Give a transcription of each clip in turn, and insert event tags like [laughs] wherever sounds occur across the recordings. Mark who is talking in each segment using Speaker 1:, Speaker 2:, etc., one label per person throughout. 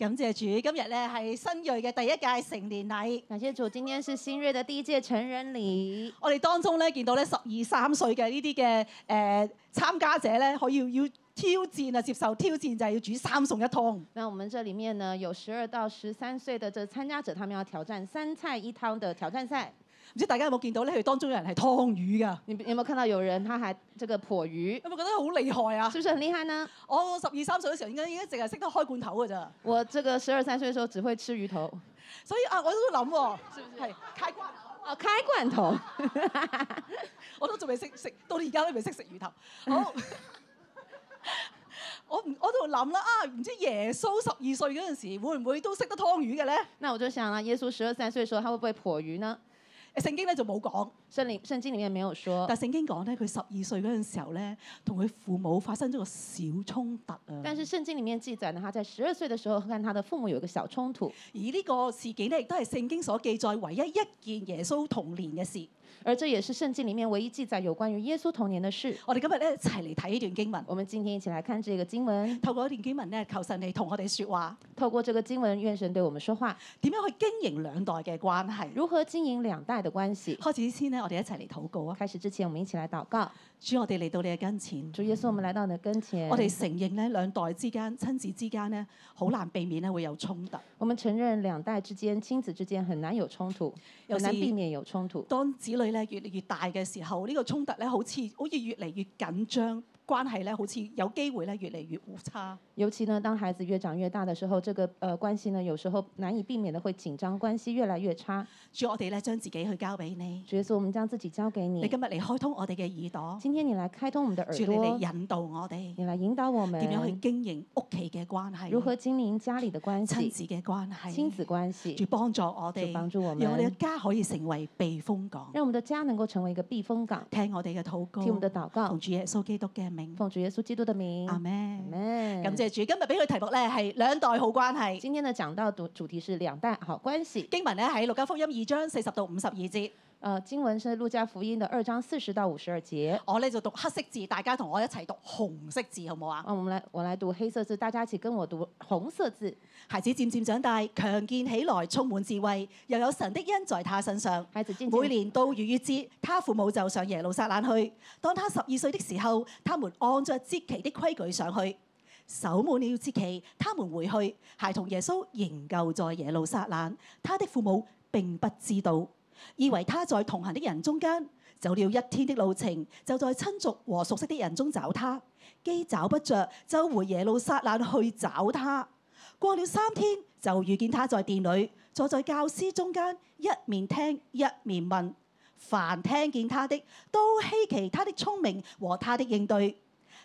Speaker 1: 感謝主，今日咧係新锐嘅第一屆成年禮，
Speaker 2: 感谢主，今天是新锐的第一届成人礼，
Speaker 1: 我哋當中咧見到咧十二三歲嘅呢啲嘅誒參加者咧，可以要挑戰啊，接受挑戰就係要煮三餸一湯。
Speaker 2: 那我们这里面呢有十二到十三岁的这参加者，他们要挑战三菜一汤的挑战赛。
Speaker 1: 唔知大家有冇見到咧？佢當中有人係湯魚㗎，
Speaker 2: 你有没有看到有人他还这个破鱼，
Speaker 1: 有冇覺得好厲害啊
Speaker 2: 是？不是很厉害呢？
Speaker 1: 我十二三歲嘅時候應該應該淨係識得開罐頭㗎咋，
Speaker 2: 我这个十二三岁的时候只会吃鱼头，
Speaker 1: 所以啊，我都諗喎，係開罐頭，
Speaker 2: 哦，开罐头，
Speaker 1: [laughs] 我都仲未識食，到而家都未識食魚頭。好。 [laughs] 我唔我喺度諗啦，啊，唔知耶穌十二歲嗰陣時會唔會都識得湯魚嘅咧？
Speaker 2: 那我就想啊，耶稣十二三岁的时候他会不会破鱼呢？
Speaker 1: 聖經咧就冇講，
Speaker 2: 圣灵圣经里面没有说，
Speaker 1: 但聖經講咧，佢十二歲嗰陣時候咧，同佢父母發生咗個小衝突啊。
Speaker 2: 但是圣经里面记载呢，他在十二岁的时候和他的父母有一个小冲突，
Speaker 1: 而呢個事件咧，亦都係聖經所記載唯一一件耶穌童年嘅事。
Speaker 2: 而这也是圣经里面唯一记载有关于耶稣童年的事。
Speaker 1: 我哋今日咧一齊嚟睇呢段經文，
Speaker 2: 我们今天一起来看这个经文，
Speaker 1: 透過呢段經文咧，求神嚟同我哋説話，
Speaker 2: 透过这个经文，愿神对我们说话，
Speaker 1: 點樣去經營兩代嘅關係。
Speaker 2: 如何经营两代的关系。
Speaker 1: 開始之前咧，我哋一齊嚟禱告啊！
Speaker 2: 开始之前，我们一起来祷告，
Speaker 1: 主，我哋嚟到你嘅跟前，
Speaker 2: 主耶稣，我们来到你的跟前，
Speaker 1: 我哋承認咧兩代之間、親子之間咧，好難避免咧會有衝突。
Speaker 2: 我们承认两代之间、亲子之间很难有冲突，
Speaker 1: 有
Speaker 2: 很难
Speaker 1: 时
Speaker 2: 避免有冲突。
Speaker 1: 當子女咧越嚟越大嘅時候，呢、個衝突咧好似好似越嚟越緊張，關係咧好似有機會咧越嚟越互差。
Speaker 2: 尤其呢，当孩子越长越大的时候，这个呃关系呢，有时候难以避免的会紧张，关系越来越差。
Speaker 1: 主，我哋咧將自己去交俾你，
Speaker 2: 主耶稣，我们将自己交给
Speaker 1: 你
Speaker 2: 你，
Speaker 1: 今日嚟開通我哋嘅耳朵，
Speaker 2: 今天你来开通我们的耳
Speaker 1: 主你嚟
Speaker 2: 朵，
Speaker 1: 引導我哋
Speaker 2: 你来引导我
Speaker 1: 點樣去
Speaker 2: 们
Speaker 1: 經營屋企嘅關係，
Speaker 2: 如何经營家里的关
Speaker 1: 親
Speaker 2: 系、
Speaker 1: 子嘅關係，
Speaker 2: 亲子关系
Speaker 1: 主，幫助我
Speaker 2: 主
Speaker 1: 哋，
Speaker 2: 帮助我
Speaker 1: 讓我哋
Speaker 2: 们
Speaker 1: 嘅，家可以成為避風港。
Speaker 2: 让我们的家能够成为一个避风港。
Speaker 1: 聽我哋嘅禱告，
Speaker 2: 听我们的祷告
Speaker 1: 同，主耶穌基督嘅名，
Speaker 2: 奉主耶稣基督的名，
Speaker 1: 阿
Speaker 2: 阿
Speaker 1: 咩？
Speaker 2: 门。
Speaker 1: 感謝主，今日俾佢題目咧係兩代好關係。
Speaker 2: 今天的讲到主主题是两代好关系。
Speaker 1: 經文咧喺路加福音二章四十到五十二節，
Speaker 2: 呃，经文是路加福音的二章四十到五十二节。
Speaker 1: 我咧就讀黑色字，大家同我一齊讀紅色字，好唔好啊？
Speaker 2: 啊，我们来，我来读黑色字，大家一起跟我读红色字。
Speaker 1: 孩子漸漸長大，強健起來，充滿智慧，又有神的恩在他身上。
Speaker 2: 孩子渐
Speaker 1: 每
Speaker 2: 渐，
Speaker 1: 年到逾越節，他父母就上耶路撒冷去。當他十二歲的時候，他們按着節期的規矩上去。守滿了節期，他們回去。孩童耶穌仍舊在耶路撒冷，他的父母並不知道，以為他在同行的人中間。走了一天的路程，就在親族和熟悉的人中找他，既找不着，就回耶路撒冷去找他。過了三天，就遇見他在殿裏，坐在教師中間，一面聽一面問。凡聽見他的，都稀奇他的聰明和他的應對。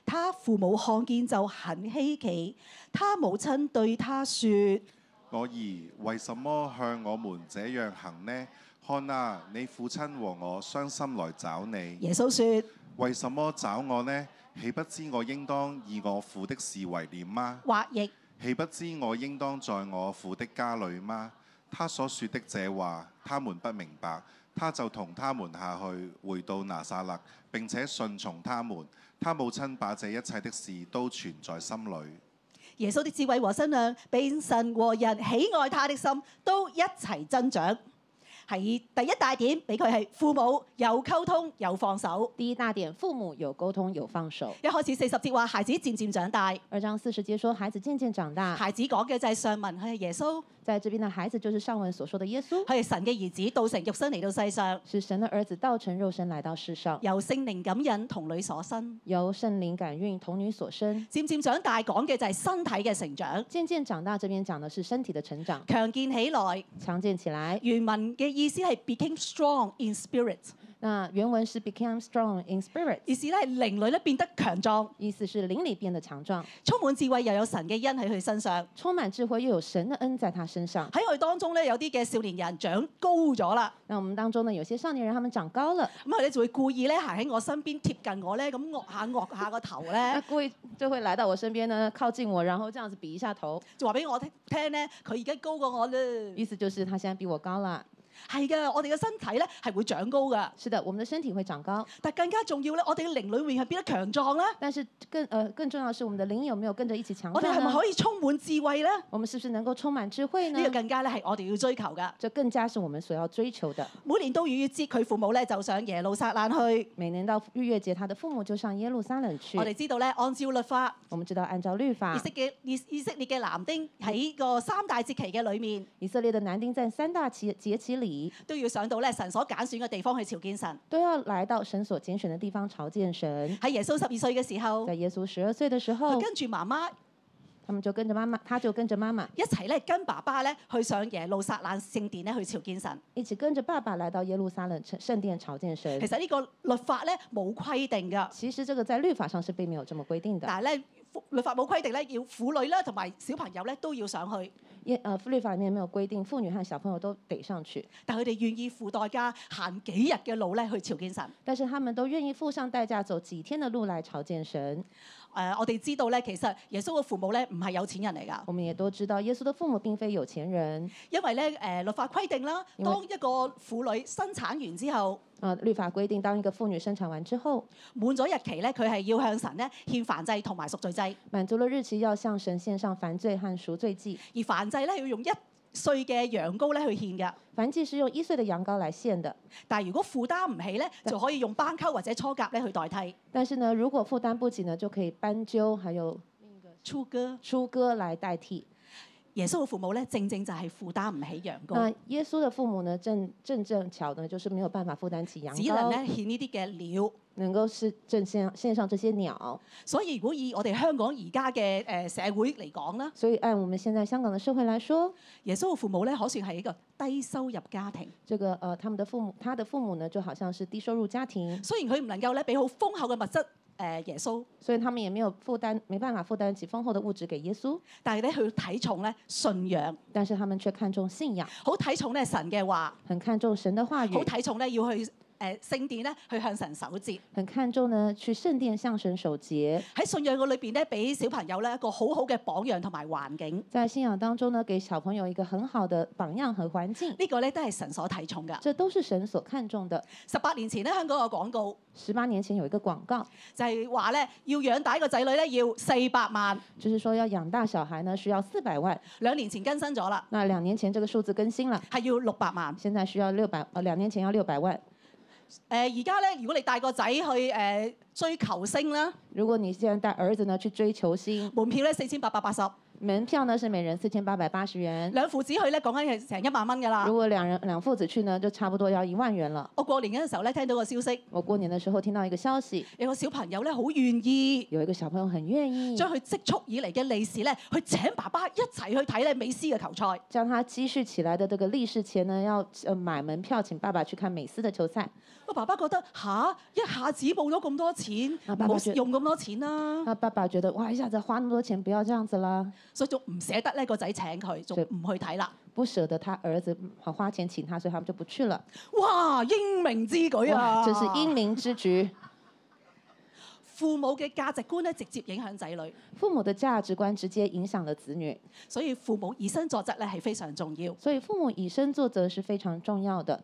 Speaker 1: 他父母看見就很稀奇，他母親對他說：
Speaker 3: 我兒為什麼向我們這樣行呢？看啊，你父親和我傷心來找你，
Speaker 1: 耶穌說：
Speaker 3: 為什麼找我呢？豈不知我應當以我父的事為念嗎？
Speaker 1: 或亦
Speaker 3: 豈不知我應當在我父的家裏嗎？他所說的這話，他們不明白。他就同他們下去，回到拿撒勒，並且順從他們。他母親把這一切的事都存在心裏。
Speaker 1: 耶穌的智慧和身量，並神和人喜愛他的心都一齊增長。係第一大點，俾佢係父母有溝通有放手。
Speaker 2: 第一大点，父母有沟通有放手。
Speaker 1: 一開始四十節話孩子漸漸長大，
Speaker 2: 二章四十节说，孩子渐渐长大，
Speaker 1: 孩子講嘅就係上文，佢係耶穌，
Speaker 2: 在这边的孩子就是上文所说的耶稣，
Speaker 1: 佢係神嘅兒子，道成肉身嚟到世上，
Speaker 2: 是神的儿子道成肉身来到世上，
Speaker 1: 由聖靈感引，童女所生。
Speaker 2: 由圣灵感孕，童女所生。
Speaker 1: 漸漸長大講嘅就係身體嘅成長，
Speaker 2: 渐渐长大，这边讲的是身体的成长，
Speaker 1: 強健起來。
Speaker 2: 强健起来。
Speaker 1: 原文嘅意思係 became strong in spirit，
Speaker 2: 那原文是 became strong in spirit，
Speaker 1: 意思咧係靈裏咧變得強壯，
Speaker 2: 意思是灵里变得强壯，
Speaker 1: 充滿智慧，又有神嘅恩喺佢身上。
Speaker 2: 充满智慧，又有神的恩在他身上。
Speaker 1: 喺我哋當中咧，有啲嘅少年人長高咗啦，
Speaker 2: 那我们当中呢，有些少年人他们长高了，
Speaker 1: 咁佢啊哋就會故意咧行喺我身邊貼近我咧，咁惡下惡下個頭咧
Speaker 2: 那，故意就会来到我身边呢，靠近我，然后这样子比一下头，
Speaker 1: 就話俾我聽聽咧，佢而家高過我啦。
Speaker 2: 意思就是他现在比我高了。
Speaker 1: 係嘅，我哋嘅身體咧係會長高噶，
Speaker 2: 是的，我们的身体会长高，
Speaker 1: 但更加重要咧，我哋嘅靈裏面係變得強壯咧，
Speaker 2: 但是更呃更重要的是，我们的灵有没有跟着一起强
Speaker 1: 我哋
Speaker 2: 壮
Speaker 1: 係咪
Speaker 2: 呢？
Speaker 1: 可以充滿智慧咧？
Speaker 2: 我们是不是能够充满智慧呢
Speaker 1: 呢、？個更加咧係我哋要追求噶。
Speaker 2: 这更加是我们所要追求的。
Speaker 1: 每年到逾越節，佢父母咧就上耶路撒冷去。
Speaker 2: 每年到逾越节，他的父母就上耶路撒冷去。
Speaker 1: 我哋知道咧，按照律法，
Speaker 2: 我们知道，按照律法
Speaker 1: 以色，列以以色列嘅男丁喺個三大節期嘅裏面，
Speaker 2: 以色列的男丁在三大节节期里
Speaker 1: 都要上到咧神所揀選嘅地方去朝見神。
Speaker 2: 都要来到神所拣选的地方朝见神。
Speaker 1: 喺耶穌十二歲嘅時候，
Speaker 2: 在耶稣十二岁的时候
Speaker 1: 佢，跟住媽媽
Speaker 2: 他们就跟着妈妈，他就跟着妈妈
Speaker 1: 一齊咧跟爸爸咧去上耶路撒冷聖殿咧去朝見神。
Speaker 2: 一起跟着爸爸来到耶路撒冷圣圣殿朝见神
Speaker 1: 其。實呢個律法咧冇規定㗎，
Speaker 2: 其实这个在律法上是并没有这么规定的。
Speaker 1: 但係咧律法冇規定咧，要婦女啦同埋小朋友咧都要上去，
Speaker 2: 耶呃，律法里面没有规定妇女和小朋友都得上去，
Speaker 1: 但佢哋願意付代價行幾日嘅路咧去朝見神。誒、
Speaker 2: 但是他们都愿意付上代价走几天的路来朝见神。
Speaker 1: 呃我哋知道咧，其實耶穌嘅父母咧唔係有錢人嚟㗎，
Speaker 2: 我们也都知道，耶稣的父母并非有錢人。
Speaker 1: 因為咧誒、呃律法規定啦，
Speaker 2: 因為
Speaker 1: 當一個婦女生產完之後
Speaker 2: 啊、律法規定，當一個婦女生產完之後，
Speaker 1: 滿咗日期咧，佢係要向神咧獻燔祭同埋贖罪祭，
Speaker 2: 滿足了日期，要向神獻上燔罪和贖罪祭。
Speaker 1: 而燔祭咧要用一歲嘅羊羔咧去獻㗎。
Speaker 2: 燔祭是用一歲的羊羔來獻的，
Speaker 1: 但係如果負擔唔起咧，就可以用斑鳩或者初甲咧去代替。
Speaker 2: 但是呢，如果負擔不起呢，就可以斑鳩還有
Speaker 1: 粗哥，
Speaker 2: 雛鴿來代替。
Speaker 1: 耶穌嘅父母咧，正正就係負擔唔起羊
Speaker 2: 那
Speaker 1: 羔，
Speaker 2: 耶穌的父母呢，正正正巧呢，就是沒有辦法負擔起羊
Speaker 1: 只能咧
Speaker 2: 羔，
Speaker 1: 獻呢啲嘅料。
Speaker 2: 能夠是正獻獻上這些鳥。
Speaker 1: 所以如果以我哋香港而家嘅呃誒社會嚟講啦，
Speaker 2: 所以按我們現在香港的社會來說，
Speaker 1: 耶穌嘅父母咧，可算係一個低收入家庭。
Speaker 2: 這個呃，他們的父母，他的父母呢，就好像是低收入家庭，
Speaker 1: 雖然佢唔能夠咧俾好豐厚嘅物質誒、呃耶穌，
Speaker 2: 所以他們也沒有負擔，沒辦法負擔起豐厚的物質給耶穌，
Speaker 1: 但係咧佢睇重咧信仰，
Speaker 2: 但是他們卻看重信仰，
Speaker 1: 好睇重咧神嘅話，
Speaker 2: 很看重神的
Speaker 1: 好
Speaker 2: 話語，
Speaker 1: 睇重咧要去誒、聖殿咧去向神守節。
Speaker 2: 很看重呢去聖殿向神守節，
Speaker 1: 喺信仰嘅裏邊咧，俾小朋友咧一個好好嘅榜樣同埋環境。
Speaker 2: 在信仰當中呢，給小朋友一個很好的榜樣和環境，
Speaker 1: 呢個咧都係神所睇重㗎。
Speaker 2: 這都是神所看重的。
Speaker 1: 十八年前咧，香港有個廣告
Speaker 2: 十八年前有一個廣告，
Speaker 1: 就係話咧，要養大一個仔女咧要四百萬。
Speaker 2: 就是說要養大小孩呢需要四百萬，
Speaker 1: 兩年前更新咗啦，
Speaker 2: 那兩年前這個數字更新了，
Speaker 1: 係要六百萬。誒
Speaker 2: 現在需要六百，呃，兩年前要六百萬。
Speaker 1: 呃而家咧，如果你帶個仔去誒、呃追求星啦，
Speaker 2: 如果你現在帶兒子呢去追求星，
Speaker 1: 門票咧四千八百八十，
Speaker 2: 門票呢是每人四千八百八十元。
Speaker 1: 兩父子去咧講緊係成一萬蚊㗎啦
Speaker 2: 如。果兩人两父子去呢，就差不多要一萬元了。
Speaker 1: 我過年嗰陣時候咧，聽到個啊消息，
Speaker 2: 我過年的時候聽到一個消息，
Speaker 1: 有個小朋友咧好願意
Speaker 2: 有一個小朋友很願意
Speaker 1: 將佢積蓄以嚟嘅利是咧，去請爸爸一齊去睇咧美斯嘅球賽。
Speaker 2: 將他積蓄起來的這個利是錢呢，要呃買門票請爸爸去看美斯的球賽。
Speaker 1: 個爸爸覺得吓、一下子冇咗咁多錢，
Speaker 2: 啊
Speaker 1: 唔
Speaker 2: 爸爸
Speaker 1: 好
Speaker 2: 覺
Speaker 1: 用咁多錢啦。
Speaker 2: 那爸爸覺得哇，一下子花那麼多錢，不要這樣子啦，
Speaker 1: 所以仲唔捨得呢個仔請佢，仲
Speaker 2: 是
Speaker 1: 唔去睇啦。
Speaker 2: 不捨得他兒子好花錢請他，所以他們就不去了。
Speaker 1: 哇！英明之舉啊，
Speaker 2: 哇，真是英明之舉。
Speaker 1: 父母嘅價值觀咧，直接影響仔女，
Speaker 2: 父母的價值觀直接影響了子女，
Speaker 1: 所以父母以身作則咧係非常重要。
Speaker 2: 所以父母以身作則是非常重要的。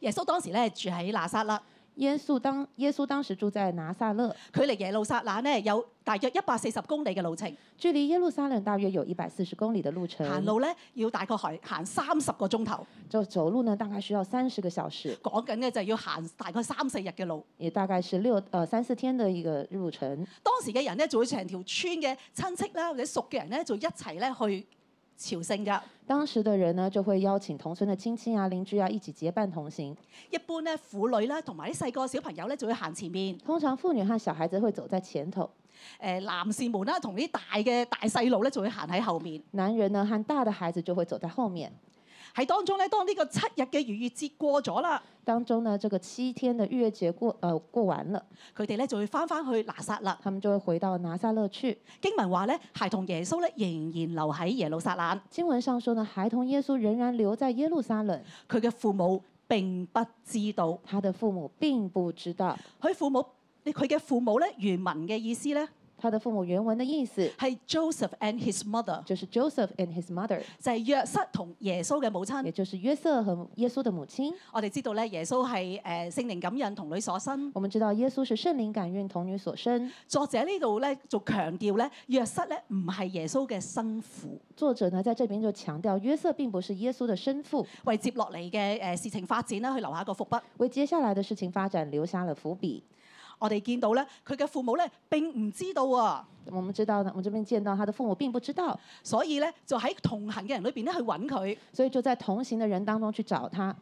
Speaker 1: 耶穌當時咧住喺拿撒勒，
Speaker 2: 耶穌當耶穌當時住在拿撒勒，
Speaker 1: 距離耶路撒冷咧有大約一百四十公里嘅路程，
Speaker 2: 距離耶路撒冷大約有一百四十公里的路程，
Speaker 1: 行路咧要大概行行三十個鐘頭，
Speaker 2: 就走路呢，大概需要三十个小時，
Speaker 1: 講緊咧就要行大概三四日嘅路。
Speaker 2: 也大概是六呃三四天的一個路程。
Speaker 1: 當時嘅人咧就會成條村嘅親戚啦或者熟嘅人咧就一齊咧去朝聖㗎。
Speaker 2: 當時的人呢，就會邀請同村的親戚啊、鄰居啊一起結伴同行。
Speaker 1: 一般咧婦女啦同埋啲細個小朋友咧就會行前面。
Speaker 2: 通常婦女和小孩子會走在前頭，
Speaker 1: 誒男士們啦，同啲大嘅大細路咧，就會行喺後面。
Speaker 2: 男人呢和大的孩子就會走在後面。
Speaker 1: 喺當中咧，當呢個七日嘅逾越節過咗啦，
Speaker 2: 當中呢，這個七天的逾越節過呃過完了，
Speaker 1: 佢哋咧就會翻翻去拿撒勒。
Speaker 2: 他們就會回到拿撒勒去。
Speaker 1: 經文話咧，孩童耶穌咧仍然留喺耶路撒冷，
Speaker 2: 經文上說呢，孩童耶穌仍然留在耶路撒冷，
Speaker 1: 佢嘅父母並不知道，
Speaker 2: 他的父母並不知道。
Speaker 1: 佢父母佢嘅父母咧原文嘅意思咧
Speaker 2: 他的父母原文的意思
Speaker 1: 係 Joseph and his mother，
Speaker 2: 就是 Joseph and his mother，
Speaker 1: 就係約瑟同耶穌嘅母
Speaker 2: 也
Speaker 1: 親。
Speaker 2: 就是约瑟和耶穌的母親。
Speaker 1: 我哋知道咧，耶呃穌係誒聖靈感孕童女所生。
Speaker 2: 我们知道耶穌是聖靈感孕童女所生。
Speaker 1: 作者呢度咧就強調咧，約瑟咧唔係耶穌嘅生父。
Speaker 2: 作者呢在这边就强調，约瑟並不是耶穌的生父，
Speaker 1: 為接落嚟嘅誒事情發展啦，去留下一個伏筆。
Speaker 2: 為接下來的事情發展留下了伏筆。
Speaker 1: 我哋見到咧，佢嘅父母咧並唔知道啊，
Speaker 2: 我们知道呢，我们这边见到他的父母並不知道，
Speaker 1: 所以咧就喺同行嘅人裏邊咧去揾佢。
Speaker 2: 所以就在同行的人當中去找他。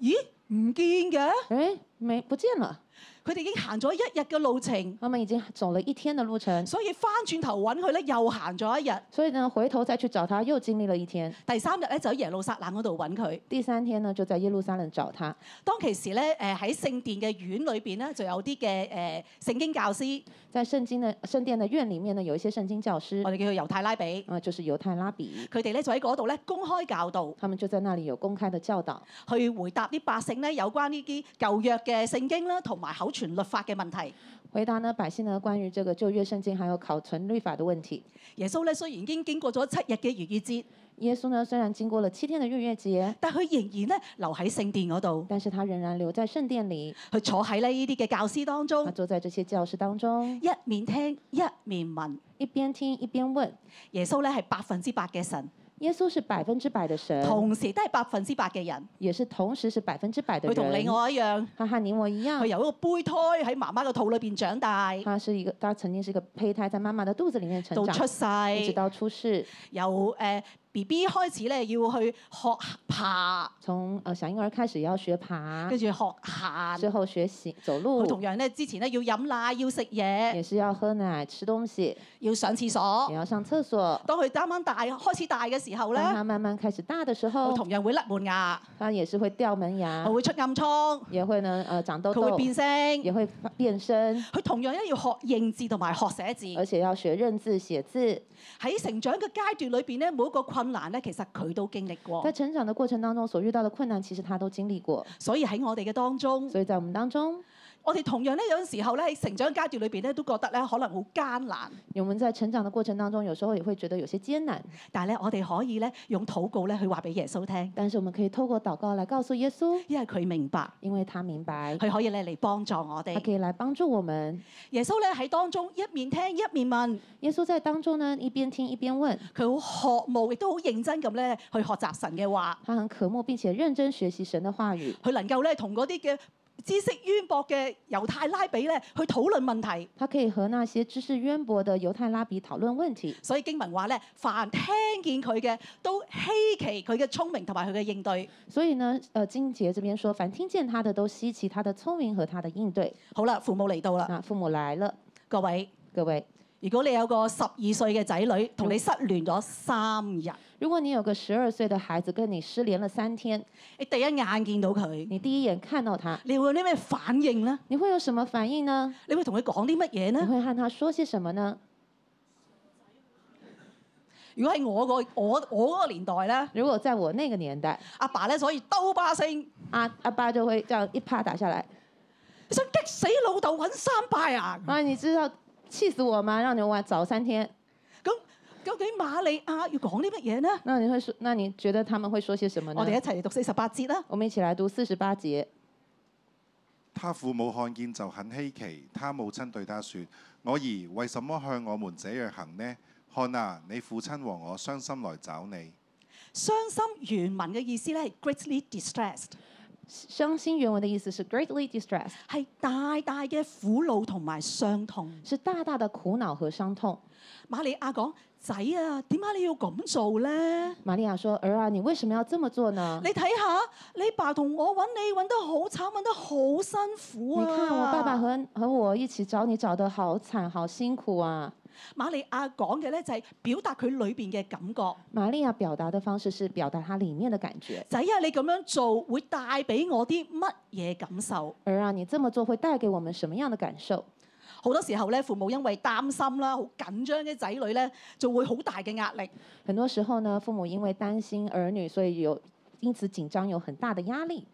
Speaker 1: 咦，唔見嘅？
Speaker 2: 哎，没不見了，
Speaker 1: 佢哋已經行咗一日嘅路程，
Speaker 2: 他们哦已經走了一天的路程，
Speaker 1: 所以翻轉頭揾佢咧又行咗一日。
Speaker 2: 所以呢回頭再去找他又經歷了一天。
Speaker 1: 第三日咧就喺耶路撒冷嗰度揾佢。
Speaker 2: 第三天呢就在耶路撒冷找他。
Speaker 1: 當其時咧，誒喺聖殿嘅院裏邊咧，就有啲嘅誒聖經教師，
Speaker 2: 在聖經的聖殿的院里面呢，有一些聖經教師
Speaker 1: 我，哋叫佢猶太拉比，
Speaker 2: 啊，就是猶太拉比，
Speaker 1: 佢哋咧就喺嗰度咧公開教導，
Speaker 2: 他們就在那里有公開的教導，
Speaker 1: 去回答啲百姓咧有關呢啲舊約嘅聖經啦，同埋口傳律法嘅問題。
Speaker 2: 回答呢百姓呢關於這個舊約聖經還有考存律法的問題。
Speaker 1: 耶穌咧雖然已經經過咗七日嘅逾越節，
Speaker 2: 耶穌呢雖然經過了七天的逾越節，
Speaker 1: 但佢仍然咧留喺聖殿嗰度，
Speaker 2: 但是他仍然留在聖殿裡，
Speaker 1: 佢坐喺咧呢啲嘅教師當
Speaker 2: 他
Speaker 1: 中，
Speaker 2: 坐在這些教師當中，
Speaker 1: 一面聽一面問。
Speaker 2: 一邊聽一邊問。
Speaker 1: 耶穌咧係百分之百嘅神，
Speaker 2: 耶穌是百分之百的神，
Speaker 1: 同時都係百分之百嘅人。
Speaker 2: 也是同時是百分之百的
Speaker 1: 佢同你
Speaker 2: 人。
Speaker 1: 我一樣，
Speaker 2: 他和你我一
Speaker 1: 佢
Speaker 2: 樣，
Speaker 1: 由一個胚胎喺媽媽個肚裏邊長大，
Speaker 2: 他是一個，他曾經是一個胚胎，在媽媽的肚子裡面成
Speaker 1: 到出
Speaker 2: 長，一直
Speaker 1: 世，
Speaker 2: 到出世，
Speaker 1: 由誒 B B 開始咧要去學爬，
Speaker 2: 從呃小嬰兒開始也要學爬
Speaker 1: 跟，住學行。
Speaker 2: 之後學行走路
Speaker 1: 佢，同樣咧之前咧要飲奶，要食嘢，
Speaker 2: 也是要喝奶、吃東西，
Speaker 1: 要上廁所
Speaker 2: 也。要上廁所。
Speaker 1: 當佢啱啱大開始大嘅時候咧，
Speaker 2: 當他慢慢開始大的時候
Speaker 1: 佢，同樣會甩門牙，
Speaker 2: 他也是會掉門牙
Speaker 1: 佢，會出暗瘡，
Speaker 2: 也會呢呃長痘
Speaker 1: 佢會
Speaker 2: 痘，
Speaker 1: 變聲。
Speaker 2: 也會發變身，
Speaker 1: 佢同樣咧要學認字同埋學寫字。
Speaker 2: 而且要學認字、寫字。
Speaker 1: 喺成長嘅階段裏邊咧，每一個困難咧，其實佢都經歷過
Speaker 2: 在。成長的過程當中所遇到的困難，其實他都經歷過。
Speaker 1: 所以喺我哋嘅當中，
Speaker 2: 所以在我們當中，
Speaker 1: 我哋同樣咧有陣時候咧喺成長階段裏邊咧都覺得咧可能好艱難，
Speaker 2: 我們在成長的過程當中，有時候也會覺得有些艱難，
Speaker 1: 但係咧我哋可以咧用禱告咧去話俾耶穌聽，
Speaker 2: 但是我們可以透過禱告來告訴耶穌，
Speaker 1: 因為佢明白，
Speaker 2: 因為他明白，
Speaker 1: 佢可以咧嚟幫助我
Speaker 2: 他可
Speaker 1: 哋。
Speaker 2: 以來幫助我們。
Speaker 1: 耶穌咧喺當中一面聽一面問，
Speaker 2: 耶穌在當中呢，一邊聽一邊問，
Speaker 1: 佢好渴慕，亦都好認真咁咧去學習神嘅話，
Speaker 2: 他很渴慕並且認真學習神的話語。
Speaker 1: 佢能夠咧同嗰啲嘅知識淵博嘅猶太拉比咧去討論問題。
Speaker 2: 他可以和那些知識淵博的猶太拉比討論問題。
Speaker 1: 所以經文話咧，凡聽見佢嘅都稀奇佢嘅聰明同埋佢嘅應對。
Speaker 2: 所以呢，呃，金杰这边说，凡听见他的都稀奇他的聰明和他的應對。
Speaker 1: 好啦，父母嚟到啦，
Speaker 2: 那父母來了，
Speaker 1: 各位，
Speaker 2: 各位，
Speaker 1: 如果你有個十二歲嘅仔女同你失聯咗三日，
Speaker 2: 如果你有個十二歲的孩子跟你失聯了三天，
Speaker 1: 你第一眼見到佢，
Speaker 2: 你第一眼看到他，
Speaker 1: 你會有啲咩反應呢？
Speaker 2: 你會有什麼反應呢？
Speaker 1: 你會同佢講啲乜嘢
Speaker 2: 你
Speaker 1: 呢？
Speaker 2: 會和他說些什麼呢？
Speaker 1: 如果係我個我我嗰個年代咧，
Speaker 2: 如果在我那個年代，
Speaker 1: 阿爸咧所以兜巴聲，你
Speaker 2: 阿、阿爸就會這樣一啪打下來，
Speaker 1: 想激死老豆揾三拜啊！
Speaker 2: 啊，你知道氣死我嗎？讓你玩早三天。
Speaker 1: 咁究竟瑪利亞啊要講啲乜嘢呢？
Speaker 2: 那你會說，那你覺得他們會說些什麼呢？
Speaker 1: 我哋一齊嚟讀四十八節啦。
Speaker 2: 我們一起來讀四十八節。
Speaker 3: 他父母看見就很稀奇，他母親對他說：我兒，為什麼向我們這樣行呢？看啊，你父親和我傷心來找你。
Speaker 1: 傷心原文嘅意思咧係 greatly distressed，
Speaker 2: 傷心原文的意思是 greatly distressed，
Speaker 1: 係大大嘅苦惱同埋傷痛。
Speaker 2: 是大大的苦惱和傷痛。
Speaker 1: 瑪利亞講：仔啊，點解你要咁做咧？
Speaker 2: 瑪利亞說：“兒啊，你為什麼要這麼做呢？
Speaker 1: 你睇下，你爸同我揾你揾得好慘，揾得好辛苦
Speaker 2: 你
Speaker 1: 啊！
Speaker 2: 看我爸爸和和我一起找你，找得好慘，好辛苦啊。
Speaker 1: 瑪利亞講嘅咧就係表達佢裏邊嘅感覺。”
Speaker 2: 瑪利亞表達的方式是表達她裡面的感覺。
Speaker 1: 仔啊，你咁樣做會帶俾我啲乜嘢感受？
Speaker 2: 兒啊，你這麼做會帶給我們什麼樣的感受？
Speaker 1: 好多時候咧，父母因為擔心啦、好緊張嘅仔女咧，就會好大嘅壓力。
Speaker 2: 很多時候呢，父母因為擔心兒女，所以有因此緊張，有很大的壓力。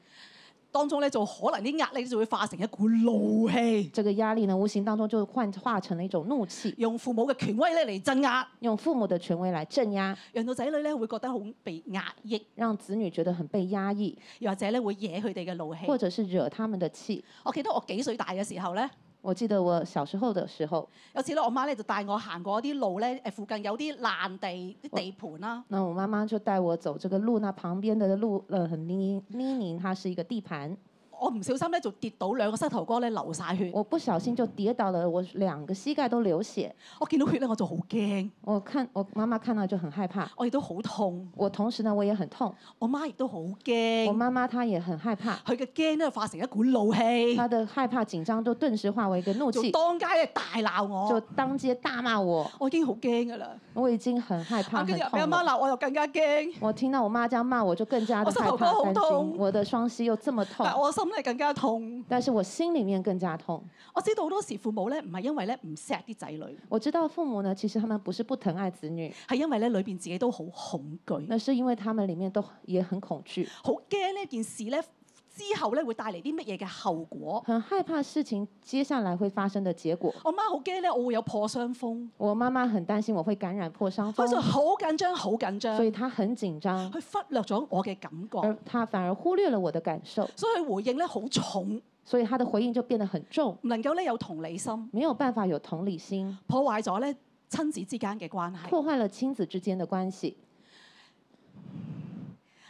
Speaker 1: 當中咧，就可能啲壓力就會化成一股怒氣，
Speaker 2: 这个压力呢，无形当中就幻化成了一种怒气，
Speaker 1: 用父母嘅權威咧嚟鎮壓，
Speaker 2: 用父母的权威来镇压，
Speaker 1: 讓到仔女咧會覺得好被壓抑，
Speaker 2: 让子女觉得很被压抑，
Speaker 1: 又或者咧會惹佢哋嘅怒氣。
Speaker 2: 或者是惹他们的气。
Speaker 1: 我記得我幾歲大嘅時候咧，
Speaker 2: 我記得我小时候的时候，
Speaker 1: 有次咧我媽咧就帶我行過啲路咧，誒附近有啲爛地啲地盤啦，
Speaker 2: 那我妈妈就带我走这个路，那旁边的路呃很泥泥泞，它是一个地盘，
Speaker 1: 我唔小心咧就跌倒兩個膝頭哥咧流晒血，
Speaker 2: 我不小心就跌倒了，我两个膝盖都流血。
Speaker 1: 我見到血咧我就好驚，
Speaker 2: 我看我妈妈看到就很害怕，
Speaker 1: 我亦都好痛，
Speaker 2: 我同时呢我也很痛，
Speaker 1: 我媽亦都好
Speaker 2: 我
Speaker 1: 驚，
Speaker 2: 妈妈她也很害怕，
Speaker 1: 佢嘅驚咧化成一股怒氣，
Speaker 2: 她的害怕緊张就顿时化为一个怒
Speaker 1: 就
Speaker 2: 气，
Speaker 1: 當街咧大鬧
Speaker 2: 就
Speaker 1: 我，
Speaker 2: 当街大骂我，
Speaker 1: 我已經好驚㗎啦。
Speaker 2: 我已经很害怕
Speaker 1: 啊，
Speaker 2: 很
Speaker 1: 跟住俾阿
Speaker 2: 痛
Speaker 1: 媽
Speaker 2: 了。
Speaker 1: 鬧我又更加驚，
Speaker 2: 我听到我妈这样骂我，就更加
Speaker 1: 我
Speaker 2: 的害
Speaker 1: 膝頭
Speaker 2: 怕
Speaker 1: 哥好
Speaker 2: 担
Speaker 1: 痛
Speaker 2: 心，我的双膝又这么痛
Speaker 1: 但，我心咧更加痛。
Speaker 2: 但是我心里面更加痛。
Speaker 1: 我知道好多時父母咧唔係因為咧唔錫啲仔女，
Speaker 2: 我知道父母呢，其实他们不是不疼爱子女，
Speaker 1: 係因為咧裏邊自己都好恐懼，
Speaker 2: 那是因为他们里面都也很恐惧，
Speaker 1: 好驚呢件事咧之後咧會帶嚟啲乜嘢嘅後果。
Speaker 2: 很害怕事情接下来会发生的结果。
Speaker 1: 我媽好驚咧，我會有破傷風，
Speaker 2: 我妈妈很担心我会感染破伤风
Speaker 1: 佢，就好緊張，好緊張
Speaker 2: 所，以她很紧张，
Speaker 1: 佢忽略咗我嘅感
Speaker 2: 而
Speaker 1: 覺，
Speaker 2: 她反而忽略了我的感受，
Speaker 1: 所以佢回應咧好重，
Speaker 2: 所以她的回应就变得很重，
Speaker 1: 唔能夠咧有同理心，
Speaker 2: 没有办法有同理心，
Speaker 1: 破壞咗咧親子之間嘅關係。
Speaker 2: 破坏了亲子之间的关系。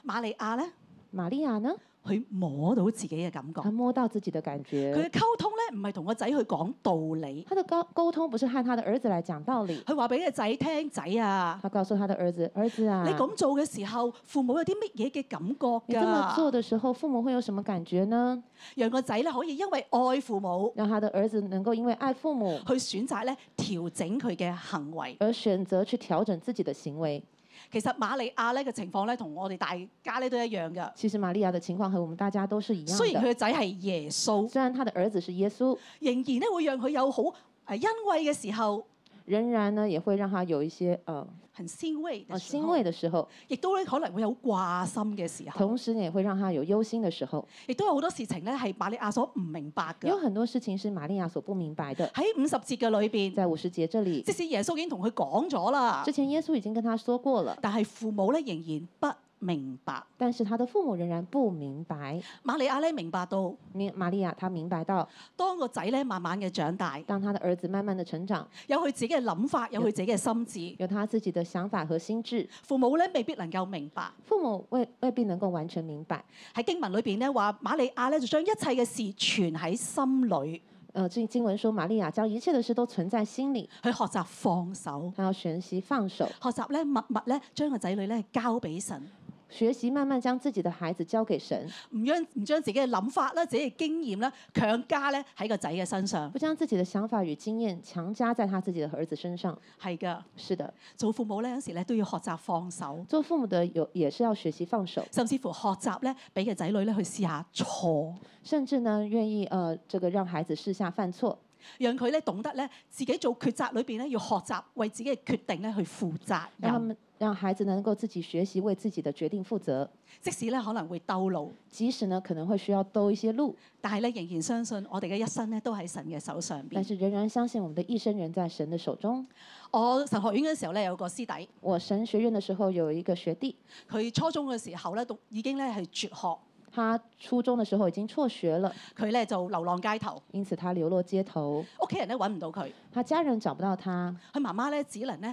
Speaker 1: 瑪利亞咧，
Speaker 2: 玛利亚呢，
Speaker 1: 佢摸到自己嘅感覺。
Speaker 2: 她摸到自己的感
Speaker 1: 佢嘅
Speaker 2: 觉，
Speaker 1: 溝通咧，唔係同個仔去講道理，
Speaker 2: 她的沟沟通不是和她的儿子来讲道理，
Speaker 1: 佢話俾個仔聽：仔啊，
Speaker 2: 她告诉她的儿子，儿子啊
Speaker 1: 你，咁做嘅時候，父母有啲乜嘢嘅感
Speaker 2: 你
Speaker 1: 覺
Speaker 2: 这么做
Speaker 1: 㗎？
Speaker 2: 的时候，父母会有什么感觉呢？
Speaker 1: 讓個仔咧可以因為愛父母，
Speaker 2: 让他的儿子能够因为爱父母
Speaker 1: 去選擇咧調整佢嘅行為。
Speaker 2: 而选择去调整自己的行为。
Speaker 1: 其實瑪利亞咧嘅情況咧，同我哋大家咧都一樣㗎。
Speaker 2: 其实玛利亚的情况和我们大家都是一样
Speaker 1: 雖然佢
Speaker 2: 的，
Speaker 1: 嘅仔係耶穌，
Speaker 2: 虽然他的儿子是耶稣，
Speaker 1: 仍然咧會讓佢有好誒欣慰嘅時候，
Speaker 2: 仍然呢也会让他有一些呃
Speaker 1: 很欣慰
Speaker 2: 呃
Speaker 1: 嘅時
Speaker 2: 欣
Speaker 1: 候，
Speaker 2: 慰的时候，
Speaker 1: 亦都咧可能會有掛心嘅時候，
Speaker 2: 同时呢也会让他有忧心的时候。
Speaker 1: 亦都有好多事情咧係瑪利亞所唔明白
Speaker 2: 有
Speaker 1: 㗎。
Speaker 2: 很多事情是玛利亚所不明白的。
Speaker 1: 喺五十節嘅裏邊。
Speaker 2: 在五十节这里
Speaker 1: 即，使耶穌已經同佢講咗啦
Speaker 2: 之，前耶稣已经跟他说过了，
Speaker 1: 但係父母咧仍然不明白。
Speaker 2: 但是他的父母仍然不明白。
Speaker 1: 瑪利亞咧明白到，
Speaker 2: 明玛利亚她明白到，
Speaker 1: 當個仔咧慢慢嘅長大，
Speaker 2: 当他的儿子慢慢的成长，
Speaker 1: 有佢自己嘅諗法，有佢自己嘅心智，
Speaker 2: 有他自己的想法和心智，
Speaker 1: 父母咧未必能夠明白。
Speaker 2: 父母未未必能够完全明白。
Speaker 1: 喺經文裏邊咧話，瑪利亞咧就將一切嘅事存喺心裏，
Speaker 2: 呃，这经文说，玛利亚将一切的事都存在心里，
Speaker 1: 去學習放手，
Speaker 2: 她要学习放手，
Speaker 1: 學習咧默默咧將個仔女咧交俾神，
Speaker 2: 学习慢慢将自己的孩子交给神，
Speaker 1: 唔將唔將自己嘅諗法啦、自己嘅經驗啦強加咧喺個仔嘅身上。
Speaker 2: 不将自己的想法与经验强加在他自己的儿子身上。
Speaker 1: 係噶，
Speaker 2: 是的，
Speaker 1: 做父母咧有時咧都要學習放手。
Speaker 2: 做父母的有也是要学习放手，
Speaker 1: 甚至乎學習咧，俾嘅仔女咧去試下錯，
Speaker 2: 甚至呢，愿意呃这个让孩子试下犯错，
Speaker 1: 讓佢咧懂得咧自己做抉擇裏邊咧要學習為自己嘅決定咧去負責
Speaker 2: 让他
Speaker 1: 任，
Speaker 2: 们让孩子能够自己学习为自己的决定负责，
Speaker 1: 即使咧可能會兜路，
Speaker 2: 即使呢可能会需要兜一些路，
Speaker 1: 但係咧仍然相信我哋嘅一生咧都喺神嘅手上
Speaker 2: 但
Speaker 1: 邊。
Speaker 2: 是仍然相信我们的一生人在神的手中。
Speaker 1: 我神學院嘅時候咧有個師弟，
Speaker 2: 我神学院的时候有一个学弟，
Speaker 1: 佢初中嘅時候咧讀已經咧係絕學，
Speaker 2: 他初中的时候已经輟学了。
Speaker 1: 佢咧就流浪街頭，
Speaker 2: 因此他流落街头，
Speaker 1: 屋企人咧揾唔到佢，
Speaker 2: 他家人找不到他，
Speaker 1: 佢媽媽咧只能咧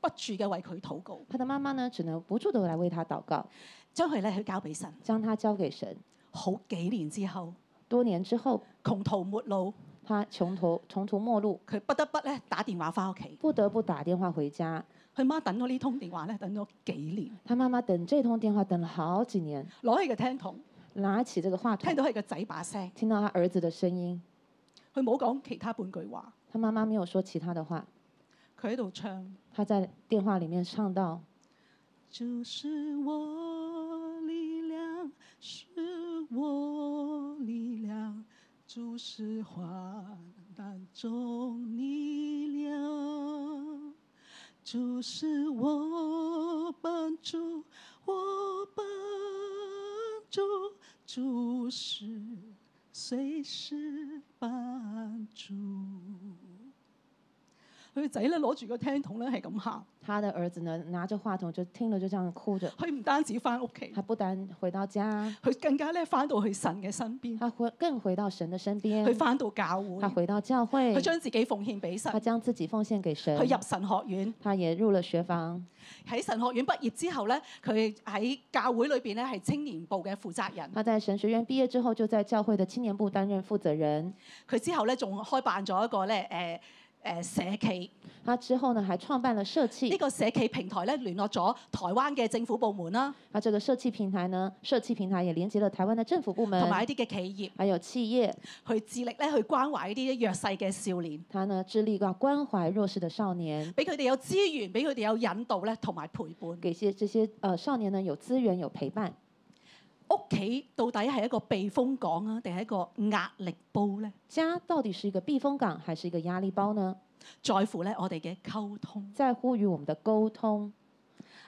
Speaker 1: 不住嘅為佢禱告，
Speaker 2: 他的妈妈呢，只能不住的来为他祷告，
Speaker 1: 將佢咧去交俾神。
Speaker 2: 将他交给神。
Speaker 1: 好幾年之後，
Speaker 2: 多年之后，
Speaker 1: 窮途末路，
Speaker 2: 他穷途穷途末路，
Speaker 1: 佢不得不咧打電話翻屋企。
Speaker 2: 不得不打电话回家。
Speaker 1: 佢媽等咗呢通電話咧，等咗幾年，
Speaker 2: 他妈妈等这通电话等了好几年，
Speaker 1: 攞起個聽筒，
Speaker 2: 拿起这个话
Speaker 1: 聽
Speaker 2: 筒，
Speaker 1: 到係個仔把聲，
Speaker 2: 听到他儿子的声音，
Speaker 1: 佢冇講其他半句話，
Speaker 2: 他妈妈没有说其他的话，
Speaker 1: 佢喺度唱：
Speaker 2: 他在电话里面唱到
Speaker 1: 就是我力量，是我力量，主是患难中力量。主是我帮助，我帮助，主是随时帮助。佢個仔咧攞住個聽筒咧係咁喊，
Speaker 2: 他的儿子呢，拿着話筒就聽了就這樣哭着，
Speaker 1: 佢唔單止翻屋企，
Speaker 2: 他不但回到家，
Speaker 1: 佢更加咧翻到去神嘅身邊，
Speaker 2: 他回更回到神的身
Speaker 1: 佢
Speaker 2: 邊，
Speaker 1: 翻到教會
Speaker 2: 他，回到教會
Speaker 1: 佢，將自己奉獻俾神
Speaker 2: 他，將自己奉獻給神
Speaker 1: 佢，入神學院。
Speaker 2: 他也入了學房。
Speaker 1: 喺神學院畢業之後咧，佢喺教會裏邊咧係青年部嘅負責人。
Speaker 2: 他在神學院畢業之後，就在教會的青年部擔任負責人。
Speaker 1: 佢之後咧仲開辦咗一個咧誒誒社企，
Speaker 2: 他之後呢，還創辦了社
Speaker 1: 呢
Speaker 2: 企。
Speaker 1: 個社企平台咧聯絡咗台灣嘅政府部門啦，
Speaker 2: 他這個啊社企平台呢，社企平台也連接了台灣的政府部門
Speaker 1: 同，埋一啲嘅企業，
Speaker 2: 還有企業。
Speaker 1: 去致力咧去關懷呢啲弱勢嘅少年，
Speaker 2: 他呢，致力要關懷弱勢的少年，
Speaker 1: 俾佢哋有資源，俾佢哋有引導咧，同埋陪伴。
Speaker 2: 給些這些呃少年呢有資源有陪伴。
Speaker 1: 屋企到底係一個避風港啊，定係一個壓力煲咧？
Speaker 2: 家到底是一個避風港還是一個壓力包呢？
Speaker 1: 在乎咧我哋嘅溝通。
Speaker 2: 在乎於我們的溝通。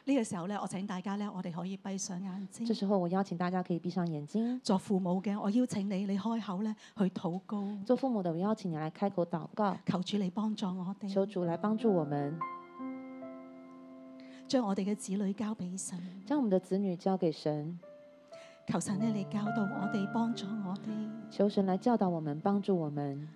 Speaker 1: 呢、個時候咧，我請大家咧，我哋可以閉上眼睛
Speaker 2: 這。時候我邀請大家可以閉上眼睛。
Speaker 1: 作父母嘅，我邀請你，你開口咧去禱告，
Speaker 2: 做父母的，我邀請你來開口禱告，
Speaker 1: 求主你幫助我哋，
Speaker 2: 求主來幫助我們，
Speaker 1: 將我哋嘅子女交俾神，
Speaker 2: 將我們的子女交給神，
Speaker 1: 求神咧你教導我哋，幫助我哋。
Speaker 2: 求神來教導我們，幫助我們。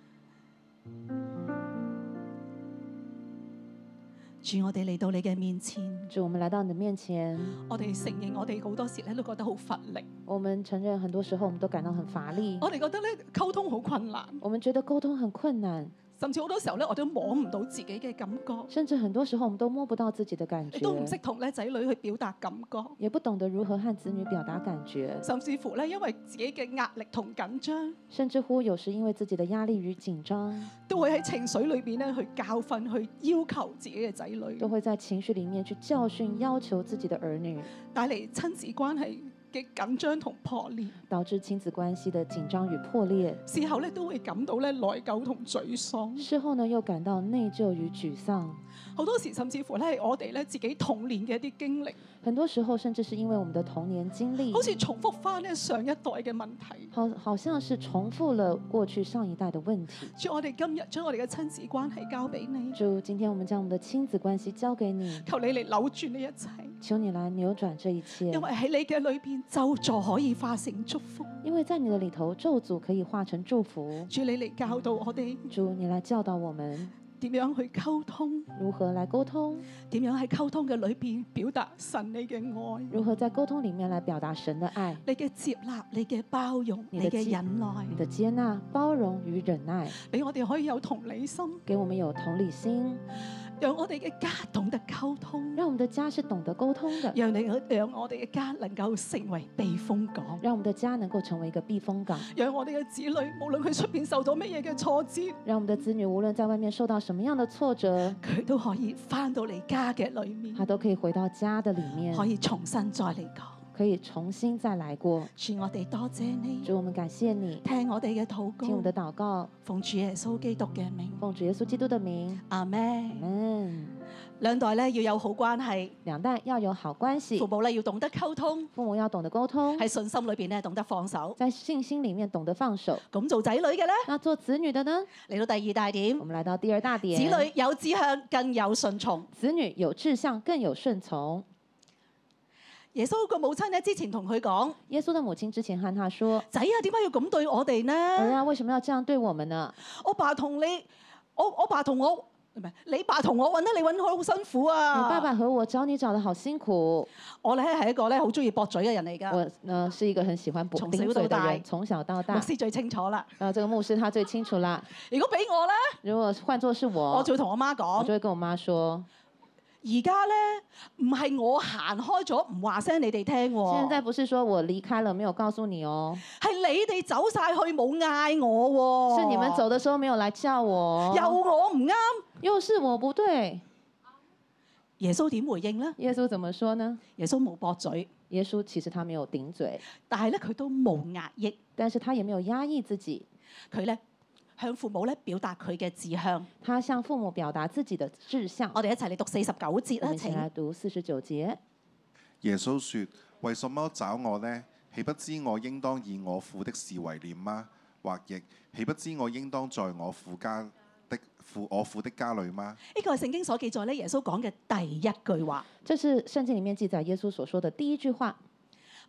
Speaker 1: 主，我哋嚟到你嘅面前，
Speaker 2: 主，我們來到你的面前，
Speaker 1: 我哋承認我哋好多時咧都覺得好乏力，
Speaker 2: 我們承認很多時候我們都感到很乏力，
Speaker 1: 我哋覺得咧溝通好困難，
Speaker 2: 我們覺得溝通很困難，
Speaker 1: 甚至好多時候咧我都摸唔到自己嘅感覺，
Speaker 2: 甚至很多時候我們都摸不到自己的感
Speaker 1: 亦都唔識
Speaker 2: 覺，
Speaker 1: 同咧仔女去表達感覺，
Speaker 2: 啊也不懂得如何和子女表達感覺，
Speaker 1: 甚至乎咧因為自己嘅壓力同緊張，
Speaker 2: 甚至乎有時因為自己的壓力與緊張，
Speaker 1: 都會喺情緒裏邊咧去教訓、去要求自己嘅仔女。
Speaker 2: 都會在情緒裡面去教訓、要求自己的兒女，
Speaker 1: 帶嚟親子關係嘅緊張同破裂，
Speaker 2: 導致親子關係的緊張與破裂。
Speaker 1: 事後咧都會感到咧內疚同沮喪。
Speaker 2: 事後呢，又感到內疚與沮喪。
Speaker 1: 好多時甚至乎咧係我哋咧自己童年嘅一啲經歷，
Speaker 2: 很多時候，甚至是因為我們的童年經歷
Speaker 1: 好，似重複翻咧上一代嘅問題。
Speaker 2: 好好像是重複了過去上一代的問題。
Speaker 1: 主，我哋今日將我哋嘅親子關係交俾你，
Speaker 2: 主，今天我們將我們的親子關係交給你，
Speaker 1: 求你嚟扭轉呢一切，
Speaker 2: 求你來扭轉這一切
Speaker 1: 因，為喺你嘅裏邊咒詛可以化成祝福。
Speaker 2: 因為在你的裡頭，咒詛可以化成祝福。
Speaker 1: 主，你嚟教導我哋
Speaker 2: 主，你來教導我們
Speaker 1: 點樣去溝通，
Speaker 2: 如何來溝通，
Speaker 1: 點樣喺溝通嘅裏邊表達神你嘅愛，
Speaker 2: 如何在溝通裡面來表達神的愛、
Speaker 1: 你嘅接納，你嘅包容，
Speaker 2: 你
Speaker 1: 你
Speaker 2: 嘅
Speaker 1: 嘅
Speaker 2: 接
Speaker 1: 忍耐。
Speaker 2: 你的接納、包容與忍耐，
Speaker 1: 俾我哋可以有同理心，
Speaker 2: 給我們有同理心，
Speaker 1: 讓我哋嘅家懂得溝通，
Speaker 2: 讓我們的家是懂得溝通的，
Speaker 1: 讓你讓我哋嘅家能夠成為避風港，
Speaker 2: 讓我們的家能夠成為一個避風港。
Speaker 1: 讓我哋嘅子女無論佢出邊受咗乜嘢嘅挫折，
Speaker 2: 让我们的子女无论在外面受到什么样的挫折，
Speaker 1: [laughs] 佢都可以翻到嚟家嘅裏面，
Speaker 2: 他都可以回到家的里面
Speaker 1: 可，以重新再嚟講。
Speaker 2: 可以重新再来过。
Speaker 1: 主，我哋多謝你，
Speaker 2: 主，我们感谢你，
Speaker 1: 聽我哋嘅禱
Speaker 2: 听
Speaker 1: 告，
Speaker 2: 我们的祷告，
Speaker 1: 奉主耶穌基督嘅名，
Speaker 2: 奉主耶穌基督的名，
Speaker 1: 阿
Speaker 2: 阿
Speaker 1: 咩？
Speaker 2: 门。
Speaker 1: 兩代咧要有好關係，
Speaker 2: 兩代要有好關
Speaker 1: 父
Speaker 2: 係，
Speaker 1: 母咧要懂得溝通，
Speaker 2: 父母要懂得溝通，
Speaker 1: 喺信心裏邊咧懂得放手。
Speaker 2: 在信心里面懂得放手。
Speaker 1: 咁做仔女嘅咧，
Speaker 2: 那做子女的呢？
Speaker 1: 嚟到第二大點
Speaker 2: 我。們來到第二大點，
Speaker 1: 子女有志向，更有順從。
Speaker 2: 子女有志向，更有順從。
Speaker 1: 耶穌個母親咧，之前同佢講：
Speaker 2: 耶穌的母親之前和他說
Speaker 1: 仔啊，點解要咁對我哋：“
Speaker 2: 兒
Speaker 1: 呢？
Speaker 2: 啊，為什麼要這樣對我們呢？
Speaker 1: 我爸同你，我我爸同我，唔係你爸同我揾得你揾我好辛苦
Speaker 2: 你
Speaker 1: 啊！
Speaker 2: 爸爸和我找你找得好辛苦。”
Speaker 1: 我咧係一個咧好中意駁嘴嘅人嚟㗎，
Speaker 2: 我呢是一個很喜歡不
Speaker 1: 從
Speaker 2: 顶
Speaker 1: 小
Speaker 2: 嘴
Speaker 1: 到
Speaker 2: 的
Speaker 1: 大
Speaker 2: 人，從小到
Speaker 1: 牧
Speaker 2: 大。
Speaker 1: 師最清楚啦。
Speaker 2: 啊，這個牧師他最清楚啦。
Speaker 1: 如果俾我咧，
Speaker 2: 如果換作是我，
Speaker 1: 我就會同我媽
Speaker 2: 我
Speaker 1: 講：
Speaker 2: 就會跟我媽說，
Speaker 1: 而家咧唔係我行開咗，唔話聲你哋聽
Speaker 2: 現在
Speaker 1: 喎，
Speaker 2: 不是說我離開了沒有告訴你哦，
Speaker 1: 係你哋走晒去冇嗌我喎，
Speaker 2: 是你們走的時候沒有來叫我，
Speaker 1: 又我唔啱。
Speaker 2: 又是我不對。
Speaker 1: 耶穌點回應咧？
Speaker 2: 耶穌怎麼說呢？
Speaker 1: 耶穌冇駁嘴。
Speaker 2: 耶穌其實他沒有頂嘴，
Speaker 1: 但係咧佢都冇壓抑，
Speaker 2: 但是他也沒有壓抑自己，
Speaker 1: 佢咧向父母咧表達佢嘅志向。
Speaker 2: 他向父母表達自己的志向。
Speaker 1: 我哋一齊嚟讀四十九節
Speaker 2: 我
Speaker 1: 啦，
Speaker 2: 們一起
Speaker 1: 請
Speaker 2: 來讀四十九節。
Speaker 3: 耶穌說：為什麼找我呢？豈不知我應當以我父的事為念嗎？或亦豈不知我應當在我父家的父我父的家裏嗎？
Speaker 1: 呢個係聖經所記載咧，耶穌講嘅第一句話。
Speaker 2: 这是圣经里面记载耶稣所说的第一句话。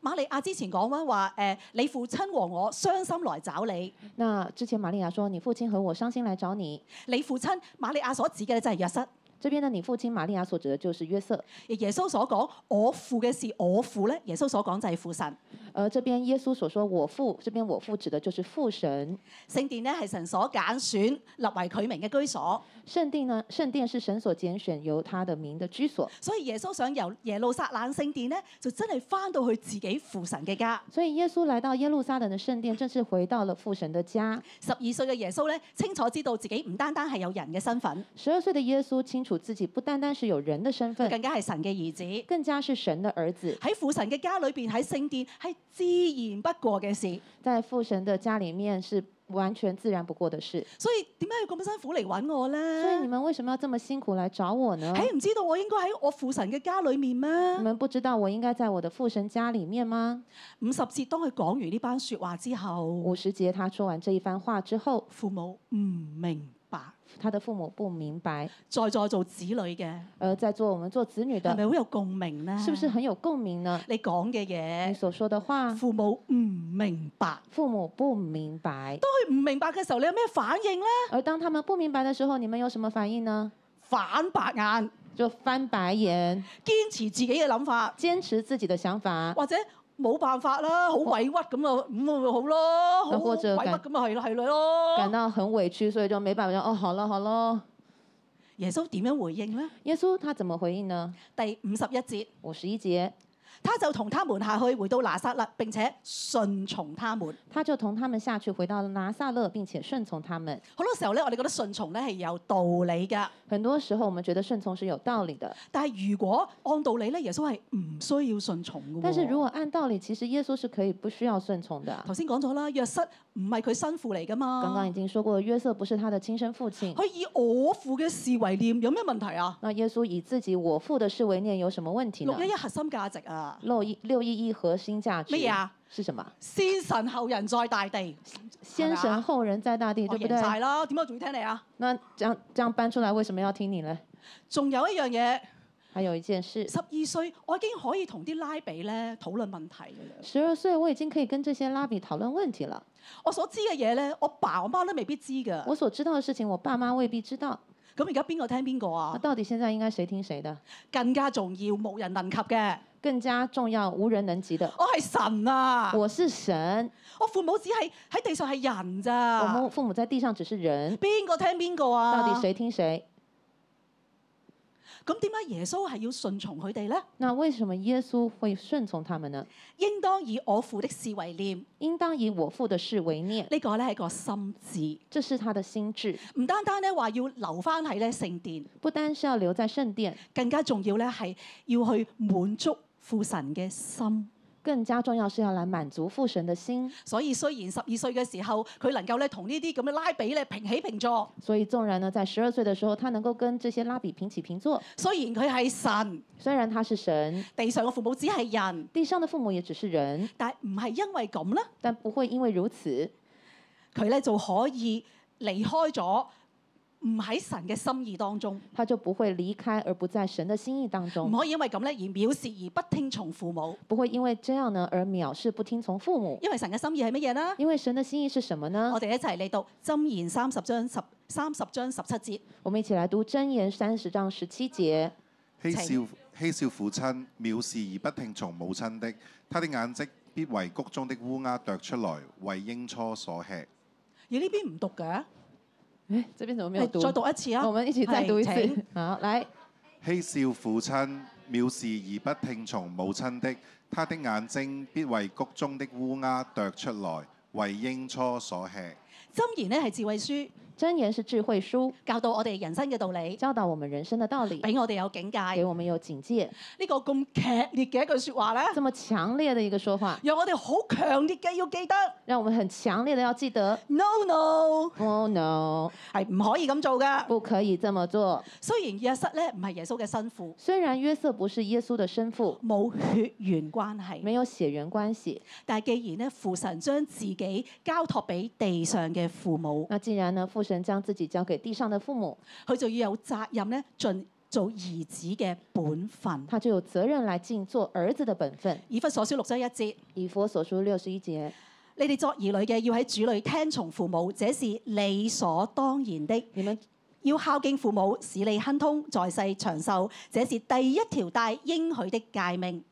Speaker 1: 瑪利亞之前講啦話誒，你父親和我傷心來找你。
Speaker 2: 那之前玛利亚说：“你父親和我傷心來找你。
Speaker 1: 你父親瑪利亞所指嘅就係約瑟，”
Speaker 2: 这边的你父親玛利亚所指的就是约瑟，
Speaker 1: 而耶穌所講我父嘅事，我父咧，耶穌所講就係父神。
Speaker 2: 而呃这边耶穌所说“我父”，这边“我父”指的就是父神。
Speaker 1: 聖殿咧係神所揀選立為佢名嘅居所，
Speaker 2: 聖殿呢？聖殿是神所揀選由他的名的居所，
Speaker 1: 所以耶穌想由耶路撒冷聖殿咧，就真係翻到去自己父神嘅家。
Speaker 2: 所以耶穌來到耶路撒冷的聖殿，正式回到了父神的家。
Speaker 1: 十二歲嘅耶穌咧，清楚知道自己唔單單係有人嘅身份，
Speaker 2: 十二岁的耶穌清楚自己不單單是有人的身份，
Speaker 1: 更加係神嘅兒子。
Speaker 2: 更加是神的兒子。
Speaker 1: 喺父神嘅家裏邊，喺聖殿係自然不過嘅事。
Speaker 2: 在父神的家里面是完全自然不過的事。
Speaker 1: 所以點解要咁辛苦嚟揾我
Speaker 2: 所以你
Speaker 1: 咧？
Speaker 2: 們為什麼要這麼辛苦來找我呢？
Speaker 1: 喺唔知道我應該喺我父神嘅家裏面咩？
Speaker 2: 你們不知道我應該在我的父神家里面嗎？
Speaker 1: 五十節當佢講完呢班説話之後，
Speaker 2: 五十節他說完這一番話之後，
Speaker 1: 父母唔明白，
Speaker 2: 他的父母不明白，
Speaker 1: 在座做子女嘅
Speaker 2: 而在座我們做子女
Speaker 1: 係
Speaker 2: 的，
Speaker 1: 咪好有共鳴呢？
Speaker 2: 是不是很有共鳴呢？
Speaker 1: 你講嘅
Speaker 2: 你
Speaker 1: 嘢，
Speaker 2: 所說的話，
Speaker 1: 父母唔明白，
Speaker 2: 父母不明白，
Speaker 1: 當佢唔明白嘅時候，你有咩反應咧？
Speaker 2: 而當他們不明白的時候，你們有什麼反應呢？
Speaker 1: 反白眼，
Speaker 2: 就翻白眼，
Speaker 1: 堅持自己嘅諗法，
Speaker 2: 堅持自己的想法，
Speaker 1: 或者冇辦法啦，好委屈咁啊，咁咪好咯，好
Speaker 2: 哦或
Speaker 1: 委屈
Speaker 2: 者感
Speaker 1: 咁啊，係咯係
Speaker 2: 感
Speaker 1: 咯。
Speaker 2: 到很委屈，所以就沒辦法說哦，好了好了。
Speaker 1: 耶穌點樣回應咧？
Speaker 2: 耶穌他怎麼回應呢？
Speaker 1: 第五十一節。
Speaker 2: 五十一節，
Speaker 1: 他就同他們下去，回到拿撒勒，並且順從他們。
Speaker 2: 他就同他們下去，回到拿撒勒，並且順從他們。
Speaker 1: 好多時候咧，我哋覺得順從咧係有道理㗎，
Speaker 2: 很多時候我們覺得順從是有道理的，
Speaker 1: 但係如果按道理咧，耶穌係唔需要順從嘅喎。
Speaker 2: 但是如果按道理，其實耶穌是可以不需要順從的啊。
Speaker 1: 頭先講咗啦，約瑟唔係佢生父嚟㗎
Speaker 2: 剛剛
Speaker 1: 嘛
Speaker 2: 已，經說過，約瑟不是他的親生父親。
Speaker 1: 佢以我父嘅事為念，有咩問題啊？
Speaker 2: 那耶穌以自己我父的事為念，有什麼問題呢
Speaker 1: 六？一一核心價值啊，
Speaker 2: 六一六一一核心價值
Speaker 1: 乜嘢啊？
Speaker 2: 是什麼？
Speaker 1: 先神後人在大地，
Speaker 2: 先
Speaker 1: 係咪
Speaker 2: 神
Speaker 1: 啊
Speaker 2: 後人在大地，
Speaker 1: 我
Speaker 2: 對不
Speaker 1: 贏
Speaker 2: 對？
Speaker 1: 晒啦，點解仲要聽你啊？
Speaker 2: 那這樣這樣搬出來，為什麼要聽你呢？
Speaker 1: 仲有一樣嘢，
Speaker 2: 還有一件事，
Speaker 1: 十二歲我已經可以同啲拉比咧討論問題㗎啦。
Speaker 2: 十二歲我已經可以跟這些拉比討論問題了。
Speaker 1: 我所知嘅嘢咧，我爸我媽都未必知㗎。
Speaker 2: 我所知道的事情，我爸媽未必知道。
Speaker 1: 咁而家邊個聽邊個
Speaker 2: 那
Speaker 1: 啊？
Speaker 2: 到底現在應該誰聽誰的？
Speaker 1: 更加重要，無人能及嘅。
Speaker 2: 更加重要，無人能及的。
Speaker 1: 我係神啊！
Speaker 2: 我是神，
Speaker 1: 我父母只係喺地上係人
Speaker 2: 我
Speaker 1: 咋。
Speaker 2: 們父母在地上只是人，
Speaker 1: 邊個聽邊個
Speaker 2: 到
Speaker 1: 啊
Speaker 2: 底？誰聽誰？
Speaker 1: 咁點解耶穌係要順從佢哋呢？
Speaker 2: 那為什麼耶穌會順從他們呢？
Speaker 1: 啊應當以我父的事為念，呢、
Speaker 2: 應當以我父的事為念，
Speaker 1: 個咧係個心智，
Speaker 2: 這是他的心智，
Speaker 1: 唔單單咧話要留翻喺咧聖殿，
Speaker 2: 不單是要留在聖殿，
Speaker 1: 更加重要咧係要去滿足父神嘅心。
Speaker 2: 更加重要是要來滿足父神的心。
Speaker 1: 所以雖然十二歲嘅時候，佢能夠咧同呢啲咁嘅拉比咧平起平坐，
Speaker 2: 所以縱然呢，在十二歲的時候，他能夠跟這些拉比平起平坐，
Speaker 1: 雖然佢係神，
Speaker 2: 雖然他是神，
Speaker 1: 地上嘅父母只係人。
Speaker 2: 地上的父母也只是人，
Speaker 1: 但係唔係因為咁咧，
Speaker 2: 但不會因為如此，
Speaker 1: 佢咧就可以離開咗唔喺神嘅心意當中，
Speaker 2: 他就不會離開而不在神的心意當
Speaker 1: 唔
Speaker 2: 中，
Speaker 1: 可以因為咁咧而藐視而不聽從父母，
Speaker 2: 不會因為這樣呢而藐視不聽從父母。
Speaker 1: 因為神嘅心意係乜嘢呢？
Speaker 2: 因為神的心意是什麼呢
Speaker 1: 我？哋一齊嚟讀箴言三十章十三十章十七節，
Speaker 2: 我們一起來讀箴言三十章十七節。
Speaker 3: 嬉
Speaker 1: 情
Speaker 3: 笑嬉笑父親，藐視而不聽從母親的，他的眼睛必為谷中的烏鴉啄出來，為鷹雛所吃。
Speaker 1: 而呢邊唔讀嘅，
Speaker 2: 哎，這邊怎麼沒有讀
Speaker 1: 誒？再讀一次啊！
Speaker 2: 我們一起再讀一
Speaker 1: 係
Speaker 2: 次
Speaker 1: 請。
Speaker 2: 好，來，
Speaker 3: 嬉笑父親，藐視而不聽從母親的，他的眼睛必為谷中的烏鴉啄出來，為鷹雛所吃。
Speaker 1: 箴言咧係智慧書，
Speaker 2: 《箴言是智慧书，
Speaker 1: 教導我哋人生嘅道理，
Speaker 2: 教導我們人生的道理，
Speaker 1: 俾我哋有警戒。
Speaker 2: 給
Speaker 1: 呢、
Speaker 2: 我們有警戒。
Speaker 1: 個咁劇烈嘅一句説話咧，
Speaker 2: 這麼強烈的一個說法，
Speaker 1: 讓我哋好強烈嘅要記得
Speaker 2: 讓我們很強烈的要記得
Speaker 1: ，no no
Speaker 2: ，Oh no，
Speaker 1: 係唔可以咁做噶。
Speaker 2: 不可以這麼做。
Speaker 1: 雖然約瑟咧唔係耶穌嘅新父，
Speaker 2: 雖然約瑟不是耶穌的生父，
Speaker 1: 冇血緣關係，
Speaker 2: 沒有血緣關係，
Speaker 1: 但係既然咧父神將自己交託俾地上嘅父母，
Speaker 2: 那既然呢，父神將自己交給地上的父母，
Speaker 1: 佢就要有責任咧盡做兒子嘅本分。
Speaker 2: 他就有責任來盡做兒子的本分。
Speaker 1: 以弗所書六章一節。
Speaker 2: 以佛所書六十一節，
Speaker 1: 你哋作兒女嘅要喺主裏聽從父母，這是理所當然的。
Speaker 2: 你們
Speaker 1: 要孝敬父母，使你亨通，在世長壽，這是第一條帶應許的誡命。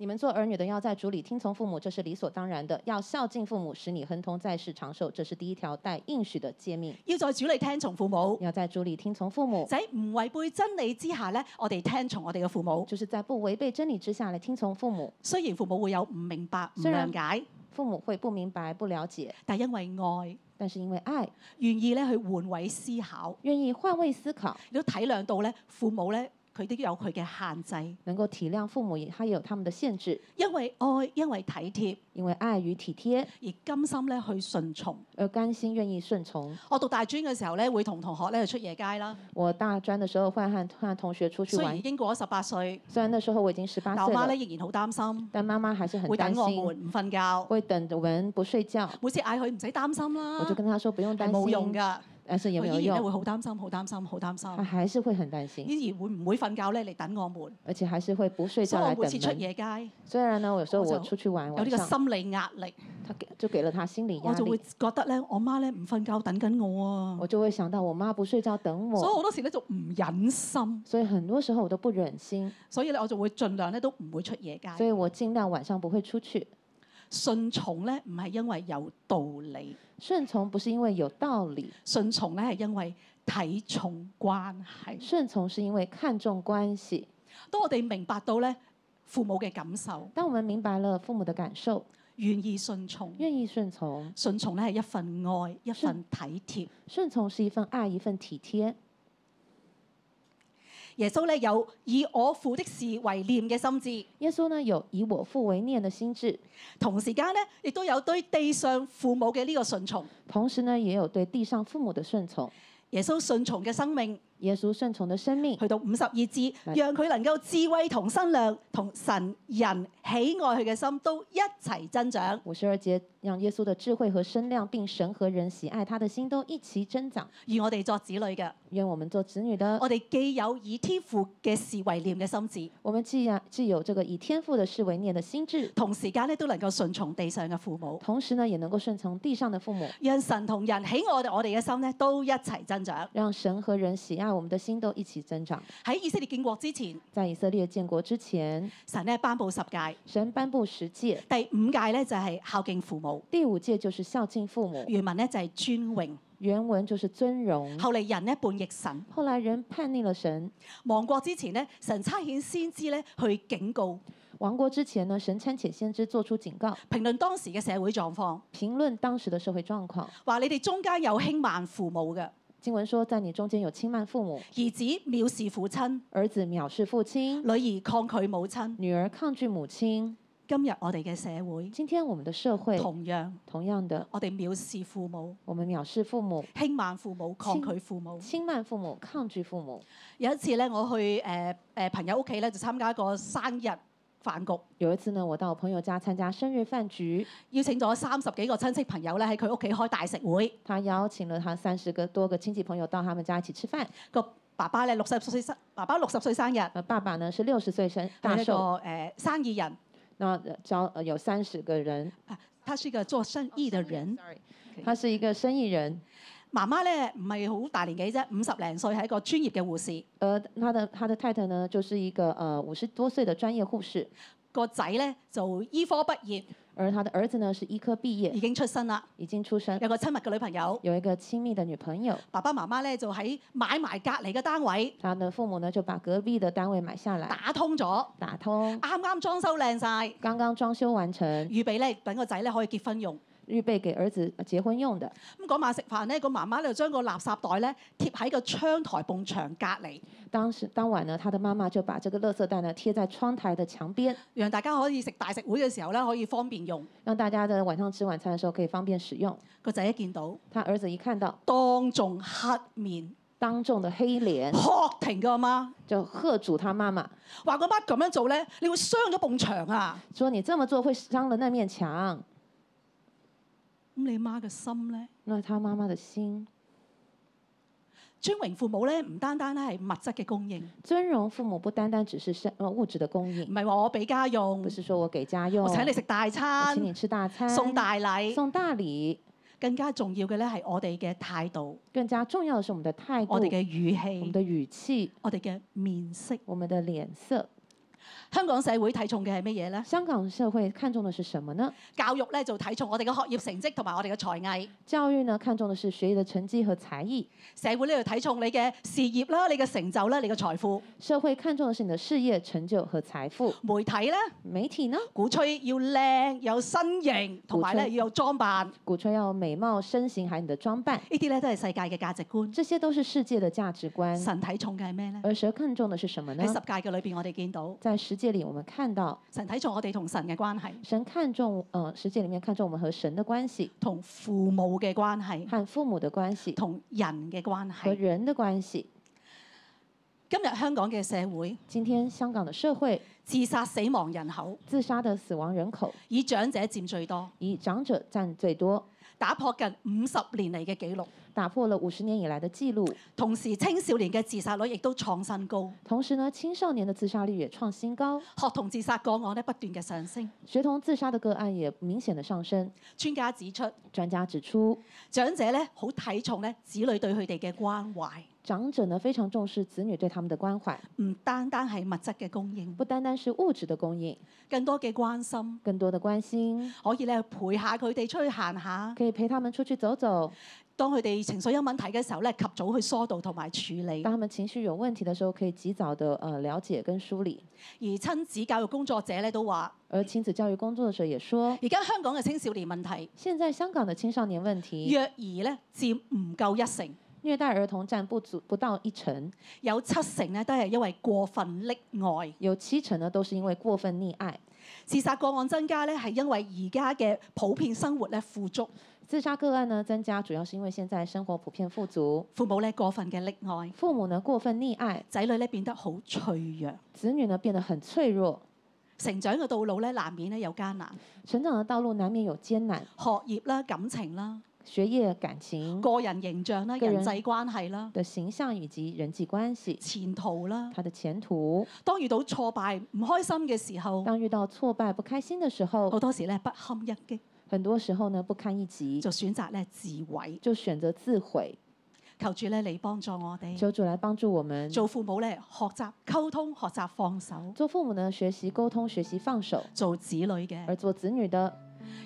Speaker 2: 你們做兒女的要在主裡聽從父母，这是理所当然的；要孝敬父母，使你亨通，在世长壽，这是第一條帶應許的诫命。
Speaker 1: 要在主裏聽從父母，
Speaker 2: 要在主裡聽從父母，
Speaker 1: 喺唔違背真理之下咧，我哋聽從我哋嘅父母。
Speaker 2: 就是在不違背真理之下來聽從父母。
Speaker 1: 雖然父母會有唔明白、唔
Speaker 2: 雖然
Speaker 1: 諒解，
Speaker 2: 父母會不明白、不了解，
Speaker 1: 但因為愛，
Speaker 2: 但是因為愛，
Speaker 1: 願意咧去換位思考，
Speaker 2: 願意換位思考，
Speaker 1: 亦都體諒到咧父母咧佢都有佢嘅限制。
Speaker 2: 能夠體諒父母，也他也有他們的限制。
Speaker 1: 因為愛，因為體貼，
Speaker 2: 因為愛與體貼
Speaker 1: 而甘心咧去順從。
Speaker 2: 而甘心願意順從。
Speaker 1: 我讀大專嘅時候咧，會同同學咧去出夜街啦。
Speaker 2: 我大專的時候會和和同學出去
Speaker 1: 雖
Speaker 2: 玩
Speaker 1: 然已，經過咗十八歲，
Speaker 2: 雖然那時候我已經十八
Speaker 1: 但我
Speaker 2: 歲
Speaker 1: 媽
Speaker 2: 了
Speaker 1: 咧，仍然好擔心，
Speaker 2: 但媽媽還是很
Speaker 1: 會
Speaker 2: 擔
Speaker 1: 等我
Speaker 2: 心。
Speaker 1: 們唔瞓覺。
Speaker 2: 會等我們不睡覺，
Speaker 1: 每次嗌佢唔使擔心啦
Speaker 2: 我就，跟他說不用
Speaker 1: 係
Speaker 2: 擔
Speaker 1: 冇用
Speaker 2: 心，
Speaker 1: 㗎。
Speaker 2: 但是也
Speaker 1: 佢
Speaker 2: 沒有
Speaker 1: 依然咧會
Speaker 2: 用，啊
Speaker 1: 好擔心，好擔心，好擔
Speaker 2: 他
Speaker 1: 心。
Speaker 2: 還是會很擔心，
Speaker 1: 依然會唔會瞓覺咧嚟等我們？
Speaker 2: 而且還是會不睡覺
Speaker 1: 所以我
Speaker 2: 來等
Speaker 1: 每次出
Speaker 2: 門。
Speaker 1: 夜街
Speaker 2: 雖然呢，我有時候
Speaker 1: 我
Speaker 2: 我
Speaker 1: 就
Speaker 2: 出去玩
Speaker 1: 有呢
Speaker 2: 晚
Speaker 1: 個
Speaker 2: 上，
Speaker 1: 心理壓力，
Speaker 2: 他給就給了他心理
Speaker 1: 我
Speaker 2: 壓
Speaker 1: 就會
Speaker 2: 力，
Speaker 1: 覺得咧，我媽咧唔瞓覺等緊我啊
Speaker 2: 我。就會想到我媽不睡覺等
Speaker 1: 所以我
Speaker 2: 我，
Speaker 1: 好多時咧就唔忍心，
Speaker 2: 所以很多時候我都不忍心，
Speaker 1: 所以咧我就會盡量咧都唔會出夜街。
Speaker 2: 所以我盡量晚上不會出去。
Speaker 1: 順從咧唔係因為有道理。
Speaker 2: 順從不是因為有道理，
Speaker 1: 順從咧係因為睇重關係。
Speaker 2: 順從是因為看重關係。
Speaker 1: 當我哋明白到咧父母嘅感受，
Speaker 2: 當我們明白了父母的感受，
Speaker 1: 願意順從，
Speaker 2: 願意順從，
Speaker 1: 順從咧係一份愛，一份體貼。
Speaker 2: 順從是一份愛，一份體貼。
Speaker 1: 耶穌咧有以我父的事為念嘅心志，
Speaker 2: 耶穌呢有以我父為念的心智，
Speaker 1: 同時間咧亦都有對地上父母嘅呢個順從。
Speaker 2: 同時呢也有對地上父母的順從。
Speaker 1: 耶穌順從嘅生命，
Speaker 2: 耶穌順從的生命，
Speaker 1: 去到五十二節，
Speaker 2: 係
Speaker 1: 讓佢能夠智慧同身量，同神人喜愛佢嘅心都一齊增長。
Speaker 2: 五十二節讓耶穌的智慧和身量，並神和人喜愛他的心都一起增长。
Speaker 1: 而我哋作子女嘅，
Speaker 2: 愿我们做子女的，
Speaker 1: 我哋既有以天父嘅事為念嘅心志。
Speaker 2: 我們既然既有這個以天父的事為念的心智，
Speaker 1: 同時間咧都能夠順從地上嘅父母，
Speaker 2: 同時呢也能夠順從地上的父母，
Speaker 1: 讓神同人喜愛我哋我哋嘅心咧都一齊增長。
Speaker 2: 讓神和人喜愛我們的心都一起增长。
Speaker 1: 喺以色列建國之前，
Speaker 2: 在以色列建国之前，
Speaker 1: 神咧頒布十戒，
Speaker 2: 神颁布十戒，
Speaker 1: 第五戒咧就係孝敬父母，
Speaker 2: 第五戒就是孝敬父母，
Speaker 1: 原文咧就係尊榮。
Speaker 2: 原文就是尊荣。
Speaker 1: 後嚟人咧叛逆神，
Speaker 2: 后来人叛逆了神，
Speaker 1: 亡國之前咧，神差遣先知咧去警告，
Speaker 2: 亡国之前呢，神差遣先知做出警告，
Speaker 1: 評論當時嘅社會狀況，
Speaker 2: 评论当時的社会狀況。
Speaker 1: 話你哋中間有輕慢父母嘅，
Speaker 2: 经文说，在你中間有輕慢父母，
Speaker 1: 兒子藐視父親，
Speaker 2: 兒子藐視父親，
Speaker 1: 女兒抗拒母親。
Speaker 2: 女兒抗拒母親。
Speaker 1: 今日我哋嘅社會
Speaker 2: 今天我們的社會
Speaker 1: 同樣，
Speaker 2: 同樣的，
Speaker 1: 我哋藐視父母。
Speaker 2: 我們藐視父母，
Speaker 1: 輕慢父母、抗
Speaker 2: 輕
Speaker 1: 拒父母。
Speaker 2: 輕慢父母，抗拒父母。
Speaker 1: 有一次咧，我去誒誒、呃呃朋友屋企咧，就參加一個生日飯局，
Speaker 2: 有一次呢，我到我朋友家參加生日飯局，
Speaker 1: 邀請咗三十幾個親戚朋友咧喺佢屋企開大食會。
Speaker 2: 他邀請了他三十個多個親戚朋友到他們家一起吃飯。
Speaker 1: 個爸爸咧六十歲生，爸爸六十歲生日，
Speaker 2: 呃，爸爸呢是六十歲生大
Speaker 1: 係一個
Speaker 2: 壽，
Speaker 1: 誒、呃生意人，
Speaker 2: 那呃招呃有三十個人，
Speaker 1: 啊他是一個做生意的人。
Speaker 2: 他是一個生意人，
Speaker 1: 媽媽咧唔係好大年紀啫，五十零歲係一個專業嘅護士。
Speaker 2: 呃，他的他的太太呢就是一個呃五十多歲的專業護士，
Speaker 1: 個仔咧就醫科畢業，
Speaker 2: 而他的兒子呢是醫科畢業，
Speaker 1: 已經出身啦，
Speaker 2: 已經出生，
Speaker 1: 有個親密嘅女朋友。
Speaker 2: 有一個親密的女朋友。
Speaker 1: 爸爸媽媽咧就喺買埋隔離嘅單位
Speaker 2: 他的父母呢就把隔壁的單位買下來，
Speaker 1: 打通咗，
Speaker 2: 打通，
Speaker 1: 啱啱裝修靚晒。
Speaker 2: 剛剛裝修完成，
Speaker 1: 預備咧，等個仔咧可以結婚用。
Speaker 2: 预备给儿子结婚用的。
Speaker 1: 咁嗰晚食飯咧，個媽媽咧就將個垃圾袋咧貼喺個窗台埲牆隔離，
Speaker 2: 当时当晚呢，他的妈妈就把这个垃圾袋呢贴在窗台的墙边，
Speaker 1: 讓大家可以食大食會嘅時候咧可以方便用。
Speaker 2: 让大家的晚上吃晚餐的时候可以方便使用。
Speaker 1: 個仔一見到，
Speaker 2: 他儿子一看到，
Speaker 1: 當眾黑面，
Speaker 2: 当众的黑脸，
Speaker 1: 喝停個阿媽，
Speaker 2: 就喝阻他媽媽，
Speaker 1: 話個媽咁樣做咧，你會傷咗埲牆啊！
Speaker 2: 说你这么做会伤了那面墙。
Speaker 1: 咁你媽嘅心咧，
Speaker 2: 那他妈妈的心
Speaker 1: 尊榮父母咧唔單單咧係物質嘅供應，
Speaker 2: 尊荣父母，不單單只是生呃物质的
Speaker 1: 嗯
Speaker 2: 供
Speaker 1: 唔
Speaker 2: 应，
Speaker 1: 係話我俾家用
Speaker 2: 不，是说我给家用，
Speaker 1: 我請你食大
Speaker 2: 我
Speaker 1: 餐，
Speaker 2: 请你吃大餐，
Speaker 1: 送大禮，
Speaker 2: 送大礼。
Speaker 1: 更加重要嘅咧係我哋嘅態度、
Speaker 2: 更加重要的是我们的态度，
Speaker 1: 我哋嘅
Speaker 2: 我
Speaker 1: 語
Speaker 2: 们
Speaker 1: 氣、
Speaker 2: 的語氣，
Speaker 1: 我哋嘅面色。
Speaker 2: 我們的臉色。
Speaker 1: 香港社會睇重嘅係乜嘢呢？
Speaker 2: 香港社會看重的是什麼呢？
Speaker 1: 教育咧就睇重我哋嘅學業成績同埋我哋嘅才藝，
Speaker 2: 教育呢，看重的是學業的成績和才藝；
Speaker 1: 社會咧就睇重你嘅事業啦、你嘅成就啦、你嘅財富。
Speaker 2: 社會看重的是你的事業成就和財富。
Speaker 1: 媒體咧
Speaker 2: 媒體呢，
Speaker 1: 鼓吹要靚、有身形，同埋咧
Speaker 2: 鼓吹
Speaker 1: 要有裝扮，呢
Speaker 2: 鼓吹要美貌、身形，還有你的裝扮，
Speaker 1: 啲咧都係世界嘅價值觀。
Speaker 2: 這些都是世界的價值觀。
Speaker 1: 神睇重嘅係咩呢？
Speaker 2: 而神看重的是什麼呢
Speaker 1: 喺？十戒嘅裏邊，我哋見到
Speaker 2: 在十戒裡，我們看到
Speaker 1: 神睇重我哋同神嘅關係，
Speaker 2: 神看重，呃，十戒裡面看重我們和神的關係，
Speaker 1: 同父母嘅關係，
Speaker 2: 和父母的關係，
Speaker 1: 同人嘅關
Speaker 2: 和
Speaker 1: 係。
Speaker 2: 人的關係。
Speaker 1: 今日香港嘅社會
Speaker 2: 今天香港的社會，
Speaker 1: 自殺死亡人口
Speaker 2: 自殺的死亡人口
Speaker 1: 以長者佔最多，
Speaker 2: 以長者佔最多，
Speaker 1: 打破近五十年嚟嘅紀錄。
Speaker 2: 打破了五十年以來的記錄。
Speaker 1: 同時，青少年嘅自殺率亦都創新高，
Speaker 2: 同時呢，青少年的自殺率也創新高，
Speaker 1: 學童自殺個案咧不斷嘅上升。
Speaker 2: 學童自殺的個案也明顯的上升。
Speaker 1: 專家指出，
Speaker 2: 專家指出，
Speaker 1: 長者咧好睇重咧子女對佢哋嘅關懷，
Speaker 2: 長者呢非常重視子女對他們的關懷，
Speaker 1: 唔單單係物質嘅供應，
Speaker 2: 不單單是物質的供應，
Speaker 1: 更多嘅關心，
Speaker 2: 更多的關心，
Speaker 1: 可以咧陪下佢哋出去行下。
Speaker 2: 可以陪他們出去走走。
Speaker 1: 當佢哋情緒有問題嘅時候咧，及早去疏導同埋處理。
Speaker 2: 當他們情緒有問題的時候，可以及早的呃了解跟梳理。
Speaker 1: 而親子教育工作者咧都話，
Speaker 2: 而親子教育工作者也說，
Speaker 1: 而家香港嘅青少年問題，
Speaker 2: 現在香港的青少年問題，
Speaker 1: 虐兒咧佔唔夠一成，
Speaker 2: 虐待兒童佔不足不到一成，
Speaker 1: 有七成咧都係因為過分溺愛。
Speaker 2: 有七成呢都是因為過分溺愛。
Speaker 1: 自殺個案增加咧，係因為而家嘅普遍生活咧富足，
Speaker 2: 自殺個案呢增加，主要是因為現在生活普遍富足，
Speaker 1: 父母咧過分嘅溺愛，
Speaker 2: 父母呢過分溺愛，
Speaker 1: 仔女咧變得好脆弱，
Speaker 2: 子女呢變得很脆弱，
Speaker 1: 成長嘅道路咧難免咧有艱難，
Speaker 2: 成長的道路難免有艱難，
Speaker 1: 學業啦、感情啦、
Speaker 2: 學業、感情
Speaker 1: 個人形象啦、
Speaker 2: 個人
Speaker 1: 人際關係啦、
Speaker 2: 的形象以及人際關係，
Speaker 1: 前途啦。
Speaker 2: 他的前途。
Speaker 1: 當遇到挫敗、唔開心嘅時候，
Speaker 2: 當遇到挫敗、不開心的時
Speaker 1: 好
Speaker 2: 候，
Speaker 1: 多時咧不堪一擊，
Speaker 2: 很多時候呢不堪一擊，
Speaker 1: 就選擇咧自毀。
Speaker 2: 就選擇自毀。
Speaker 1: 求主咧你幫助我哋，
Speaker 2: 求主來幫助我們。
Speaker 1: 做父母咧學習溝通、學習放手，
Speaker 2: 做父母呢，學習溝通，學習放手；
Speaker 1: 做子女嘅
Speaker 2: 而做子女的，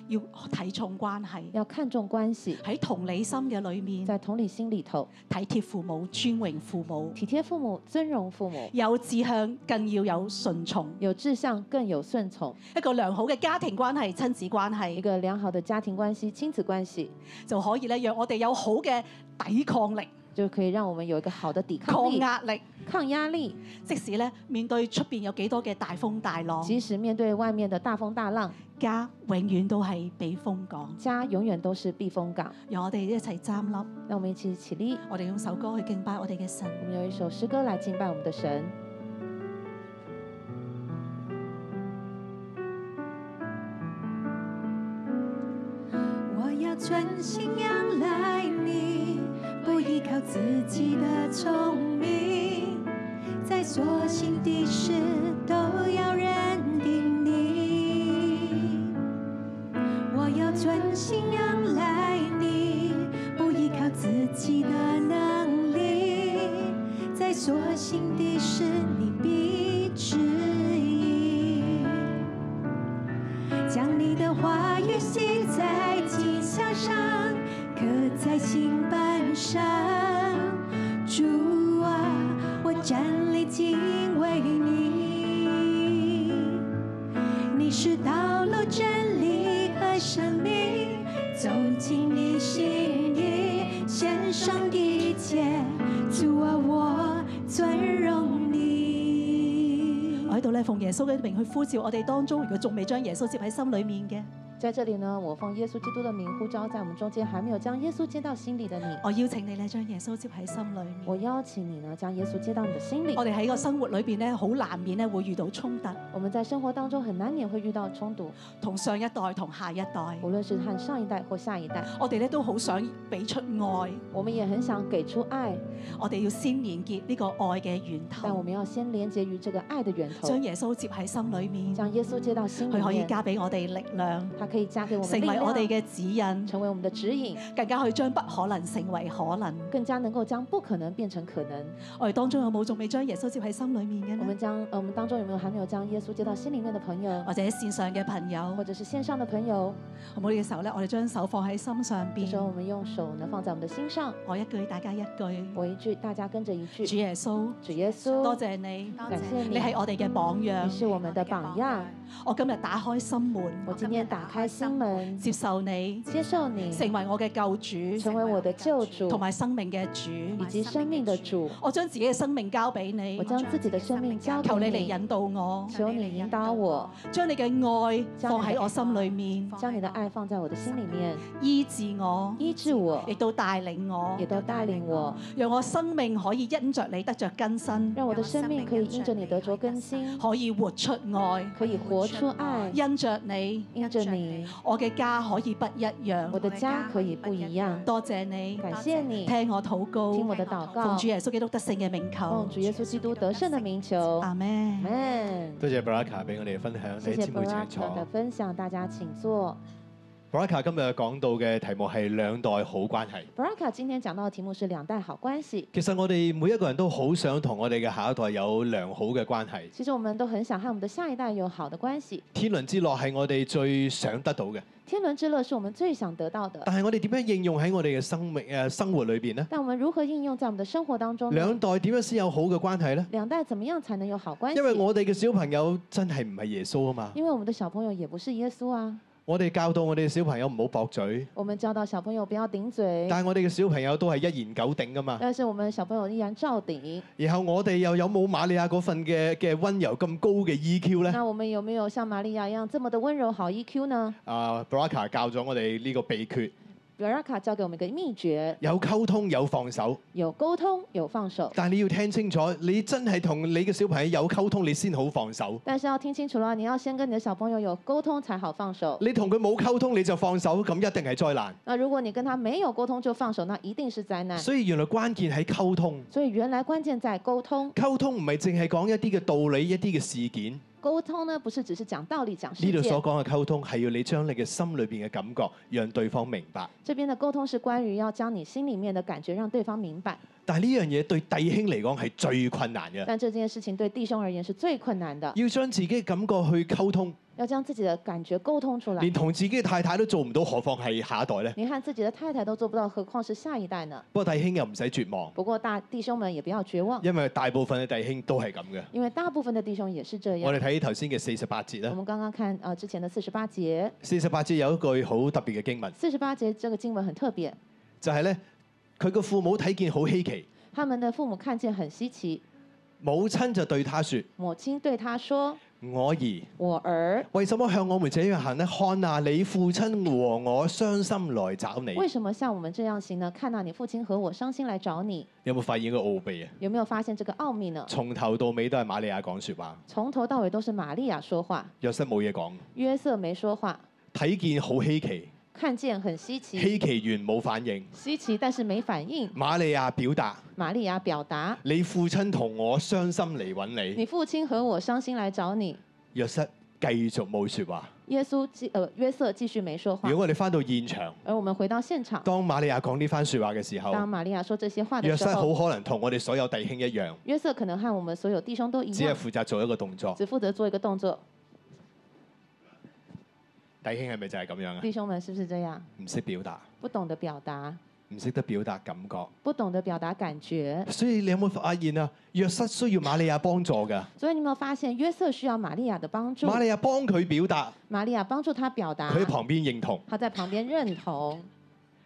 Speaker 1: 要哦睇重關係。
Speaker 2: 要看重關係，
Speaker 1: 喺同理心嘅裏面
Speaker 2: 在同理心裡頭
Speaker 1: 體貼父母、尊榮父母，
Speaker 2: 體貼父母、尊榮父母，
Speaker 1: 有志向更要有順從。
Speaker 2: 有志向更有順從。
Speaker 1: 一個良好嘅家庭關係、親子關
Speaker 2: 一
Speaker 1: 係，
Speaker 2: 個良好的家庭關係、親子關係，
Speaker 1: 就可以咧讓我哋有好嘅抵抗力、
Speaker 2: 就可以讓我們有一個好的抵抗
Speaker 1: 抗
Speaker 2: 力、
Speaker 1: 壓力。
Speaker 2: 抗壓力。
Speaker 1: 即使咧面對出邊有幾多嘅大風大浪，
Speaker 2: 即使面對外面的大風大浪，
Speaker 1: 家永遠都係避風港。
Speaker 2: 家永遠都是避風港。
Speaker 1: 讓我哋一齊站立，
Speaker 2: 讓我們一起起立，
Speaker 1: 我哋用首歌去敬拜我哋嘅神。
Speaker 2: 我們有一首詩歌來敬拜我們的神。
Speaker 4: 我要专心仰赖你，不依靠自己的聪明，在所行的事都要认定你。我要专心仰赖你，不依靠自己的能力，在所行的事你必指引。将你的话语写在经箱上，刻在心板上。主啊，我站立敬畏你，你是道路、真理和生命，走进你心意，献上一切，主啊，我尊荣你。
Speaker 1: 我喺度咧，奉耶穌嘅名去呼召我哋當中，如果仲未將耶穌接喺心裏面嘅，
Speaker 2: 在这里呢，我奉耶稣基督的名呼召，在我们中间还没有将耶稣接到心里的你，
Speaker 1: 我邀請你咧將耶穌接喺心裏
Speaker 2: 我
Speaker 1: 面。
Speaker 2: 邀请你呢，将耶稣接到你的心里
Speaker 1: 我。哋喺個生活裏邊咧，好難免咧會遇到衝突，
Speaker 2: 我们在生活当中很难免会遇到冲突，
Speaker 1: 同上一代同下一代，
Speaker 2: 无论是和上一代或下一代，
Speaker 1: 我哋咧都好想俾出愛，
Speaker 2: 我们也很想给出爱，
Speaker 1: 我哋要先連結呢個愛嘅源
Speaker 2: 但我
Speaker 1: 頭，
Speaker 2: 们要先连接于这个爱的源头，
Speaker 1: 將耶穌接喺心裏面，
Speaker 2: 将耶稣接到心里
Speaker 1: 佢可以
Speaker 2: 面，
Speaker 1: 加俾我哋力量，
Speaker 2: 他可以加给我们
Speaker 1: 成
Speaker 2: 力
Speaker 1: 為我哋
Speaker 2: 量，
Speaker 1: 嘅指引，
Speaker 2: 成为我们的指引，
Speaker 1: 更加去將不可能成為可能。
Speaker 2: 更加能够将不可能变成可能。
Speaker 1: 我哋當中有冇仲未將耶穌接喺心裏面
Speaker 2: 我
Speaker 1: 嘅
Speaker 2: 们
Speaker 1: 呢？
Speaker 2: 将呃我们当中有没有还没有将耶稣接到心里面的朋友，
Speaker 1: 或者線上嘅朋友
Speaker 2: 或，者是线上的朋友，
Speaker 1: 好冇呢個時候咧，我哋將手放喺心上
Speaker 2: 这时候我
Speaker 1: 邊，
Speaker 2: 们用手呢放在我们的心上，
Speaker 1: 我一句，大家一句。
Speaker 2: 我一句，大家跟着一
Speaker 1: 主
Speaker 2: 句。
Speaker 1: 耶穌，
Speaker 2: 主耶稣，
Speaker 1: 多謝你，
Speaker 2: 感谢
Speaker 1: 你係我哋嘅榜
Speaker 2: 你
Speaker 1: 樣。
Speaker 2: 是我们的榜样。
Speaker 1: 我今日打開心門，
Speaker 2: 我今天打开心门，
Speaker 1: 接受你，
Speaker 2: 接受你，
Speaker 1: 成為我嘅救
Speaker 2: 成为我的救主
Speaker 1: 主，，同埋生命嘅主
Speaker 2: 以。及生命的主。
Speaker 1: 我將自己嘅生命交俾你
Speaker 2: 我，将自己的生命交
Speaker 1: 求你
Speaker 2: 给
Speaker 1: 嚟
Speaker 2: 你，
Speaker 1: 引導我，
Speaker 2: 求你引导我，
Speaker 1: 將你嘅愛放喺我心裏面，
Speaker 2: 将你的爱放在我的心里面，
Speaker 1: 醫治我，
Speaker 2: 医治我
Speaker 1: 亦，都帶領我
Speaker 2: 也，都带领我，
Speaker 1: 讓我生命可以因着你得着更新，
Speaker 2: 让我的生命可以因着你得着更新，
Speaker 1: 可以活出愛，
Speaker 2: 可以活出爱，
Speaker 1: 因着你，
Speaker 2: 因着你，
Speaker 1: 我嘅家可以不一樣
Speaker 2: 我。的家可以不一样。
Speaker 1: 多謝你，
Speaker 2: 感谢你，
Speaker 1: 聽我禱告，
Speaker 2: 听我的祷
Speaker 1: 奉
Speaker 2: 告
Speaker 1: 主，耶穌基督得勝嘅名求
Speaker 2: 奉。主耶穌基督得胜的名求，
Speaker 1: 阿
Speaker 2: 阿
Speaker 1: 咩？
Speaker 2: 门。
Speaker 5: 多謝 Baraka 俾我哋分享，
Speaker 2: 谢
Speaker 5: 你
Speaker 2: 谢
Speaker 5: 姊妹
Speaker 2: Baraka
Speaker 5: 請
Speaker 2: 的
Speaker 5: 坐。
Speaker 2: 分享，大家请坐。
Speaker 5: Baraka 今日講到嘅題目係兩代好關係。
Speaker 2: Baraka 今天講到的題目是兩代好關係。
Speaker 5: 其實我哋每一個人都好想同我哋嘅下一代有良好嘅關係。
Speaker 2: 其實我們都很想和我們的下一代有好的關係。
Speaker 5: 天倫之樂係我哋最想得到嘅，
Speaker 2: 天倫之樂是我們最想得到的，
Speaker 5: 但係我哋點樣應用喺我哋嘅生命誒、呃生活裏邊呢？
Speaker 2: 但我們如何應用在我們的生活當中呢？
Speaker 5: 兩代點樣先有好嘅關係呢？
Speaker 2: 兩代怎麼樣才能有好關係？
Speaker 5: 因為我哋嘅小朋友真係唔係耶穌啊嘛，
Speaker 2: 因為我們的小朋友也不是耶穌啊，
Speaker 5: 我哋教導我哋嘅小朋友唔好駁嘴，
Speaker 2: 我們教導小朋友不要頂嘴，
Speaker 5: 但係我哋嘅小朋友都係一言九鼎噶嘛。
Speaker 2: 但是我們小朋友依然照頂。
Speaker 5: 然後我哋又有冇瑪利亞嗰份嘅嘅温柔咁高嘅 EQ 呢？
Speaker 2: 那我們有沒有像瑪利亞一樣這麼的溫柔好 EQ 呢
Speaker 5: 啊，Baraka 教咗我哋呢個秘訣，
Speaker 2: ？Baraka 教給我們一個秘訣：
Speaker 5: 有溝通有放手，
Speaker 2: 有溝通，有放手。
Speaker 5: 但係你要聽清楚，你真係同你嘅小朋友有溝通，你先好放手。
Speaker 2: 但是要聽清楚啦，你要先跟你的小朋友有溝通才好放手。
Speaker 5: 你同佢冇溝通你就放手，咁一定係災難。
Speaker 2: 那如果你跟他沒有溝通就放手，那一定是災難。
Speaker 5: 所以原來關鍵喺溝通，
Speaker 2: 所以原來關鍵在溝通。
Speaker 5: 溝通唔係淨係講一啲嘅道理、一啲嘅事件。
Speaker 2: 溝通呢，不是只是講道理、講
Speaker 5: 呢度
Speaker 2: 事
Speaker 5: 所
Speaker 2: 件。
Speaker 5: 講嘅溝通係要你將你嘅心裏邊嘅感覺，讓對方明白。
Speaker 2: 這邊的溝通是關於要將你心裡面的感覺讓對方明白，
Speaker 5: 但係呢樣嘢對弟兄嚟講係最困難嘅，
Speaker 2: 但這件事情對弟兄而言是最困難的，
Speaker 5: 要將自己嘅感覺去溝通，
Speaker 2: 要將自己的感覺溝通出來
Speaker 5: 連。同自己嘅太太都做唔到，何況係下一代呢？
Speaker 2: 你和自己的太太都做不到，何況是下一代呢？
Speaker 5: 不過弟兄又唔使絕望，
Speaker 2: 不過大弟兄們也不要絕望，
Speaker 5: 因為大部分嘅弟兄都係咁嘅。
Speaker 2: 因為大部分的弟兄也是這
Speaker 5: 我
Speaker 2: 樣。
Speaker 5: 哋睇頭先嘅四十八節
Speaker 2: 我
Speaker 5: 啦，
Speaker 2: 們剛剛看呃之前的四十八節，
Speaker 5: 四十八節有一句好特別嘅經文，
Speaker 2: 四十八節這個經文很特別，
Speaker 5: 就係呢：佢個父母睇見好稀奇，
Speaker 2: 他們的父母看見很稀奇，
Speaker 5: 母親就對他說：
Speaker 2: 母親對他說
Speaker 5: 我兒，：“
Speaker 2: 我兒，
Speaker 5: 為什麼向我們這樣行呢？看啊，你父親和我傷心來找你。
Speaker 2: 為什麼像我們這樣行呢？看到你父親和我傷心來找你，
Speaker 5: 有冇發現個奧秘啊？
Speaker 2: 有沒有發現這個奧秘呢？
Speaker 5: 從頭到尾都係瑪利亞講説話，
Speaker 2: 從頭到尾都是瑪利亞說話，
Speaker 5: 約瑟冇嘢講，
Speaker 2: 約瑟沒說話，
Speaker 5: 睇見好稀奇，
Speaker 2: 看見很稀奇，
Speaker 5: 稀奇完冇反應。
Speaker 2: 稀奇但是沒反應。
Speaker 5: 瑪利亞表達：
Speaker 2: 瑪利亞表達
Speaker 5: 你父親同我傷心嚟揾：“你。
Speaker 2: 你父親和我傷心來找你。
Speaker 5: 約瑟繼續冇説話。”
Speaker 2: 耶穌繼呃約瑟繼續沒說話
Speaker 5: 如。果我哋翻到現場，
Speaker 2: 而我們回到現場，
Speaker 5: 當瑪利亞講呢番説話嘅時候，
Speaker 2: 當瑪利亞說這些話
Speaker 5: 約
Speaker 2: 的時
Speaker 5: 瑟好
Speaker 2: 候，
Speaker 5: 可能同我哋所有弟兄一樣，
Speaker 2: 約瑟可能和我們所有弟兄都一
Speaker 5: 只係
Speaker 2: 樣，
Speaker 5: 負責做一個動作。
Speaker 2: 只負責做一個動作。
Speaker 5: 弟兄係咪就係咁樣啊？嗯
Speaker 2: 弟兄們是不是這樣？
Speaker 5: 啊唔識表達，
Speaker 2: 不懂得表達，
Speaker 5: 唔唔識得表達感覺。
Speaker 2: 不懂得表達感覺。
Speaker 5: 所以你有冇發現啊？約瑟需要瑪利亞幫助㗎，
Speaker 2: 所以你有沒有發現，約瑟需要瑪利亞的幫助？
Speaker 5: 瑪利亞幫佢表達，
Speaker 2: 瑪利亞幫助他表達
Speaker 5: 佢，喺旁邊認同。
Speaker 2: 他在旁邊認同。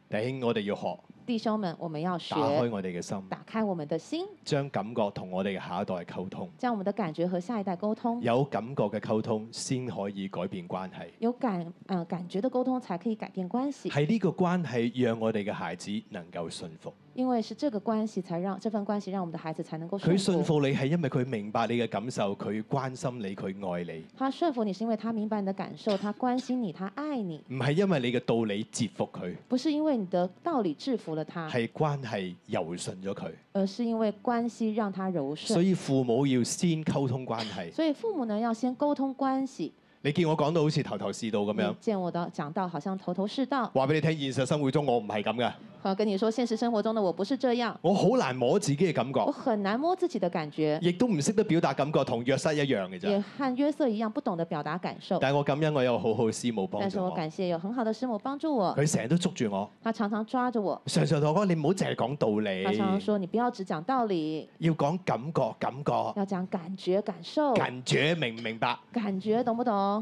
Speaker 5: 弟兄，我哋要學
Speaker 2: 弟兄們，我們要學
Speaker 5: 打開我哋嘅心，
Speaker 2: 打開我們的心，
Speaker 5: 將感覺同我哋嘅下一代溝通。
Speaker 2: 將我們的感覺和下一代溝通。
Speaker 5: 有感覺嘅溝通先可以改變關係，
Speaker 2: 有感呃感覺的溝通，才可以改變關係。
Speaker 5: 係呢個關係讓我哋嘅孩子能夠信服。
Speaker 2: 因為是這個關係，才讓這份關係讓我們的孩子才能夠
Speaker 5: 佢信
Speaker 2: 服。
Speaker 5: 服你係因為佢明白你嘅感受，佢關心你，佢愛你，
Speaker 2: 他順服你是因為他明白你的感受，他關心你，他愛你，
Speaker 5: 唔係因為你嘅道理折服佢，
Speaker 2: 不是因為你的道理制服了他，
Speaker 5: 係關係柔順咗佢。
Speaker 2: 而是因為關係讓他柔順。
Speaker 5: 所以父母要先溝通關係。
Speaker 2: 所以父母呢要先溝通關係。
Speaker 5: 你見我講到好似頭頭是道咁
Speaker 2: 你
Speaker 5: 樣，
Speaker 2: 見我的講到好像頭頭是道，
Speaker 5: 話俾你聽，現實生活中我唔係咁嘅，
Speaker 2: 我跟你說，現實生活中的我不是這樣，
Speaker 5: 我好難摸自己嘅感
Speaker 2: 我
Speaker 5: 覺，
Speaker 2: 很難摸自己的感覺，
Speaker 5: 亦都唔識得表達感覺，同約瑟一樣嘅
Speaker 2: 也
Speaker 5: 啫。
Speaker 2: 和約瑟一樣不懂得表達感受。
Speaker 5: 但係我感恩我有好好師母幫
Speaker 2: 但是
Speaker 5: 助
Speaker 2: 我
Speaker 5: 我，
Speaker 2: 感謝有很好的師母幫助我，
Speaker 5: 佢成日都捉住我，
Speaker 2: 他常常抓着我，
Speaker 5: 常常同我講：你唔好淨係講道
Speaker 2: 他常常
Speaker 5: 理，
Speaker 2: 說你不要只講道理，
Speaker 5: 要講感覺，感覺，
Speaker 2: 要講感覺感受，
Speaker 5: 近住明唔明白？
Speaker 2: 感覺懂不懂？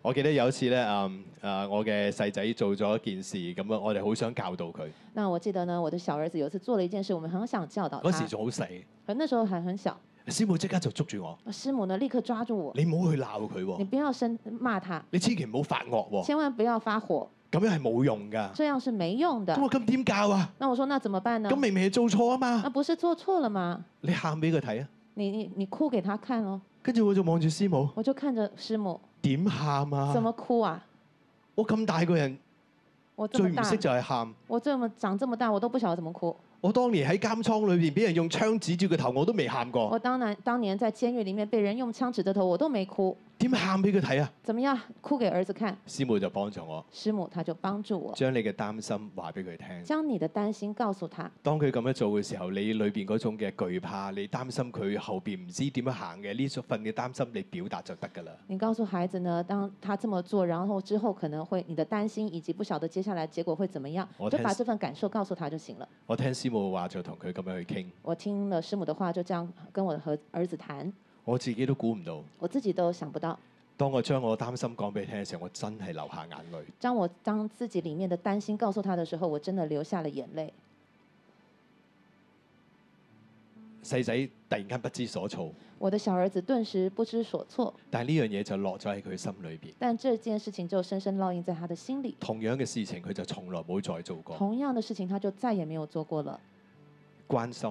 Speaker 5: 我記得有一次咧，嗯啊，我嘅細仔做咗一件事，咁啊，我哋好想教導佢。
Speaker 2: 那我記得呢，我的小兒子有一次做了一件事，我們很想教導他，
Speaker 5: 嗰時仲好細，
Speaker 2: 可那時候還很小，
Speaker 5: 師母即刻就捉住我，
Speaker 2: 師母呢立刻抓住我，
Speaker 5: 你唔好去鬧佢
Speaker 2: 你
Speaker 5: 喎，
Speaker 2: 不要生罵他，
Speaker 5: 你千祈唔好發惡喎。
Speaker 2: 千萬不要發火，
Speaker 5: 咁樣係冇用㗎。
Speaker 2: 這樣是沒用的
Speaker 5: 咁。我咁點教啊？
Speaker 2: 那我說那怎麼辦呢
Speaker 5: 咁？明明係做錯啊嘛
Speaker 2: 那，不是做錯了嗎？
Speaker 5: 你喊俾佢睇啊！
Speaker 2: 你你你哭給他看哦。
Speaker 5: 跟住我就望住師母，
Speaker 2: 我就看着師母
Speaker 5: 點喊
Speaker 2: 怎
Speaker 5: 啊？
Speaker 2: 麼哭啊，
Speaker 5: 我咁大個人，
Speaker 2: 我這
Speaker 5: 最
Speaker 2: 麼
Speaker 5: 唔
Speaker 2: 大
Speaker 5: 識，就係喊。
Speaker 2: 我這麼長這麼大，我都不曉得怎麼哭。
Speaker 5: 我當年喺監倉裏邊，俾人用槍指住個頭，我都未喊過。
Speaker 2: 我當然當年在監獄裡面被人用槍指着頭，我都沒哭。
Speaker 5: 點喊俾佢睇啊？
Speaker 2: 怎麼樣，哭給兒子看？
Speaker 5: 師母就幫助我，
Speaker 2: 師母他就幫助我，
Speaker 5: 將你嘅擔心話俾佢聽。
Speaker 2: 將你的擔心告訴他。
Speaker 5: 當佢咁樣做嘅時候，你裏邊嗰種嘅懼怕，你擔心佢後邊唔知點樣行嘅呢份嘅擔心，你表達就得㗎啦。
Speaker 2: 你告訴孩子呢，當他這麼做，然後之後可能會你的擔心以及不曉得接下來結果會怎麼樣，
Speaker 5: 我
Speaker 2: 就
Speaker 5: 聽
Speaker 2: 把
Speaker 5: 是
Speaker 2: 這份感受告訴他就行了。
Speaker 5: 我聽師母話就同佢咁樣去傾，
Speaker 2: 我聽了師母的話，就這樣跟我的和兒子談，
Speaker 5: 我自己都估唔到。
Speaker 2: 我自己都想不到。
Speaker 5: 當我將我擔心講俾你聽嘅時候，我真係流下眼淚。
Speaker 2: 當我當自己裡面的擔心告訴他的時候，我真的流下了眼淚。
Speaker 5: 細仔突然間不知所措，
Speaker 2: 我的小兒子頓時不知所措，
Speaker 5: 但係呢樣嘢就落咗喺佢心裏邊。
Speaker 2: 但這件事情就深深烙印在他的心裡。
Speaker 5: 同樣嘅事情，佢就從來冇再做過。
Speaker 2: 同樣的事情，他就再也沒有做過了。
Speaker 5: 關心、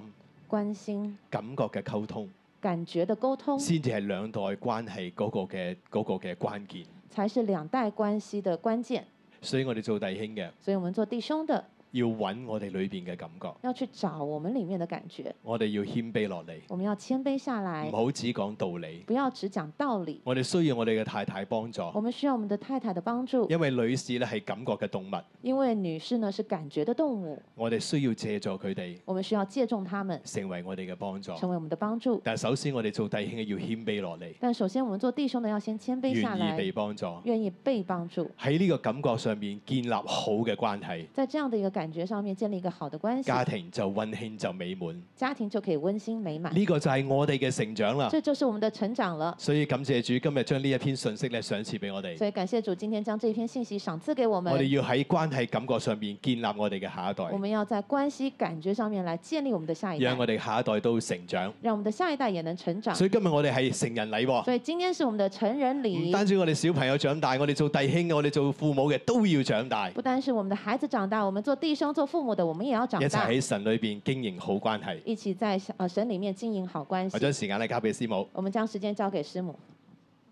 Speaker 2: 關心、
Speaker 5: 感覺嘅溝通，
Speaker 2: 感覺的溝通，
Speaker 5: 先至係兩代關係嗰個嘅嗰、個嘅關鍵。
Speaker 2: 才是兩代關係的關鍵。
Speaker 5: 所以我哋做弟兄嘅，
Speaker 2: 所以，我們做弟兄的
Speaker 5: 要揾我哋裏邊嘅感覺，
Speaker 2: 要去找我們裡面的感覺，
Speaker 5: 我哋要謙卑落嚟，
Speaker 2: 我們要謙卑下來
Speaker 5: 唔，好只講道理。
Speaker 2: 不要只講道理。
Speaker 5: 我哋需要我哋嘅太太幫助，
Speaker 2: 我們需要我們的太太的幫助，
Speaker 5: 因為女士咧係感覺嘅動物，
Speaker 2: 因為女士呢是感覺的動物，
Speaker 5: 我哋需要借助佢哋
Speaker 2: 我們需要借重她們，
Speaker 5: 成為我哋嘅幫助。
Speaker 2: 成為我們的幫助。
Speaker 5: 但首先我哋做弟兄嘅要謙卑落嚟，
Speaker 2: 但首先，我們做弟兄的要先謙卑下
Speaker 5: 願意
Speaker 2: 來，
Speaker 5: 被幫助，
Speaker 2: 願意被幫助，
Speaker 5: 喺呢個感覺上面建立好嘅關係，
Speaker 2: 在這樣的一個感覺上面建立一個好的關
Speaker 5: 家
Speaker 2: 係，
Speaker 5: 庭就温馨就美滿。呢、
Speaker 2: 家庭就可以溫馨美滿。
Speaker 5: 個就係我哋嘅成長啦。
Speaker 2: 這就是我們的成長了。
Speaker 5: 所以感謝主今日將呢一篇信息咧賞賜俾我哋，
Speaker 2: 所以感謝主今天將這篇信息賞賜給我
Speaker 5: 我哋
Speaker 2: 們。
Speaker 5: 要喺關係感覺上面建立我哋嘅下一
Speaker 2: 我
Speaker 5: 代，
Speaker 2: 們要在關係感覺上面來建立我們的下一代
Speaker 5: 讓，我哋下一代都成長。
Speaker 2: 讓我們的下一代也能成長。
Speaker 5: 所以今日我哋係成人禮喎，
Speaker 2: 所以今天是我們的成人
Speaker 5: 唔
Speaker 2: 禮，
Speaker 5: 單止我哋小朋友長大，我哋做弟兄嘅，我哋做父母嘅都要長大，
Speaker 2: 不单是我们的孩子長大，我們做弟兄、做父母的，我們也要長
Speaker 5: 一齊
Speaker 2: 大，
Speaker 5: 喺神裏邊經營好關係。
Speaker 2: 一起在呃神裡面經營好關
Speaker 5: 我
Speaker 2: 係。
Speaker 5: 將時間咧交俾師母。
Speaker 2: 我們將時間交給師母。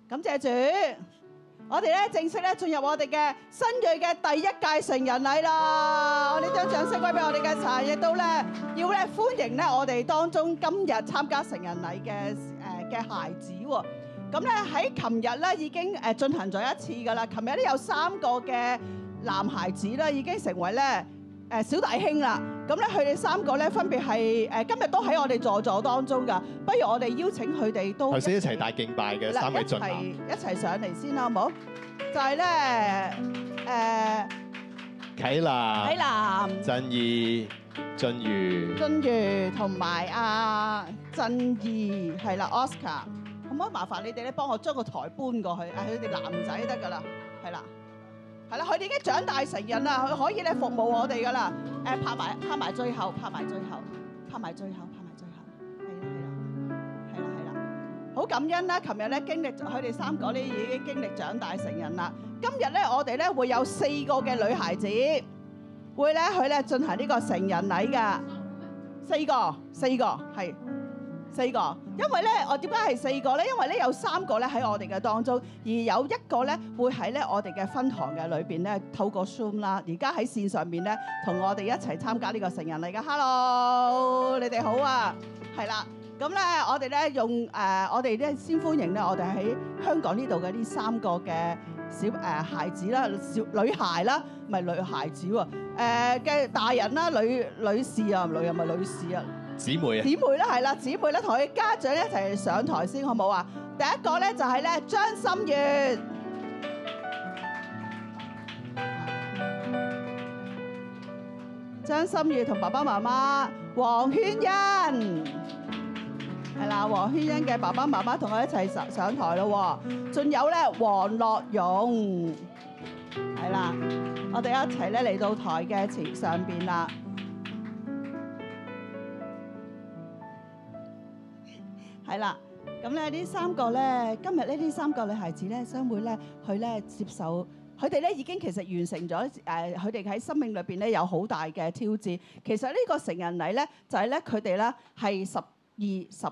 Speaker 6: 感謝主，我哋咧正式咧進入我哋嘅新锐嘅第一屆成人禮啦！我哋將掌聲歸俾我哋嘅神，亦都咧要咧歡迎咧我哋當中今日參加成人禮嘅誒嘅孩子喎。咁咧喺琴日咧已經誒進行咗一次噶啦，琴日咧有三個嘅男孩子咧已經成為咧誒小弟兄啦。咁咧佢哋三個咧分別係誒今日都喺我哋座座當中噶，不如我哋邀請佢哋都
Speaker 5: 頭先一齊大敬拜嘅
Speaker 6: 嗱
Speaker 5: 三位
Speaker 6: 一
Speaker 5: 俊
Speaker 6: 齊
Speaker 5: 男，
Speaker 6: 一齊上嚟先啦，好冇？就係咧誒，
Speaker 5: 啟
Speaker 6: 啟
Speaker 5: 南、
Speaker 6: 南、
Speaker 5: 振義、俊如。
Speaker 6: 俊如同埋阿振義係啦，Oscar，可唔可以麻煩你哋咧幫我將個台搬過去？啊，佢哋男仔得㗎啦，係啦，係啦，佢哋已經長大成人啦，佢可以咧服務我哋㗎啦。誒、拍埋拍埋最後，拍埋最後，拍埋最後，拍埋最後，係啦係啦，係啦係啦，好感恩啦！琴日咧經歷佢哋三個咧已經經歷長大成人啦。今日咧我哋咧會有四個嘅女孩子，會咧佢咧進行呢個成人禮㗎。四個，四個係四個。因為咧，我點解係四個咧？因為咧有三個咧喺我哋嘅當中，而有一個咧會喺咧我哋嘅分堂嘅裏邊咧，透過 Zoom 啦，而家喺線上面咧同我哋一齊參加呢個成人嚟嘅。Hello，你哋好啊，係啦。咁咧，我哋咧用誒、呃我哋咧先歡迎咧，我哋喺香港呢度嘅呢三個嘅小誒、呃孩子啦，小女孩啦，唔係女孩子喎、誒嘅大人啦、女女士啊、女又唔係女士啊，
Speaker 5: 姊妹啊，
Speaker 6: 姊妹啦係啦，姊妹啦，同佢家長一齊上台先好唔好啊？第一個咧就係咧張心月，張心月同爸爸媽媽黃圈欣。係啦，黃軒欣嘅爸爸媽媽同佢一齊上上台咯喎，仲有咧黃樂勇，係啦，我哋一齊咧嚟到台嘅前上邊啦。係啦，咁咧呢三個咧，今日咧呢三個女孩子咧，將會咧去咧接受。佢哋咧已經其實完成咗誒，佢哋喺生命裏邊咧有好大嘅挑戰。其實呢個成人禮咧，就係咧佢哋咧係十二十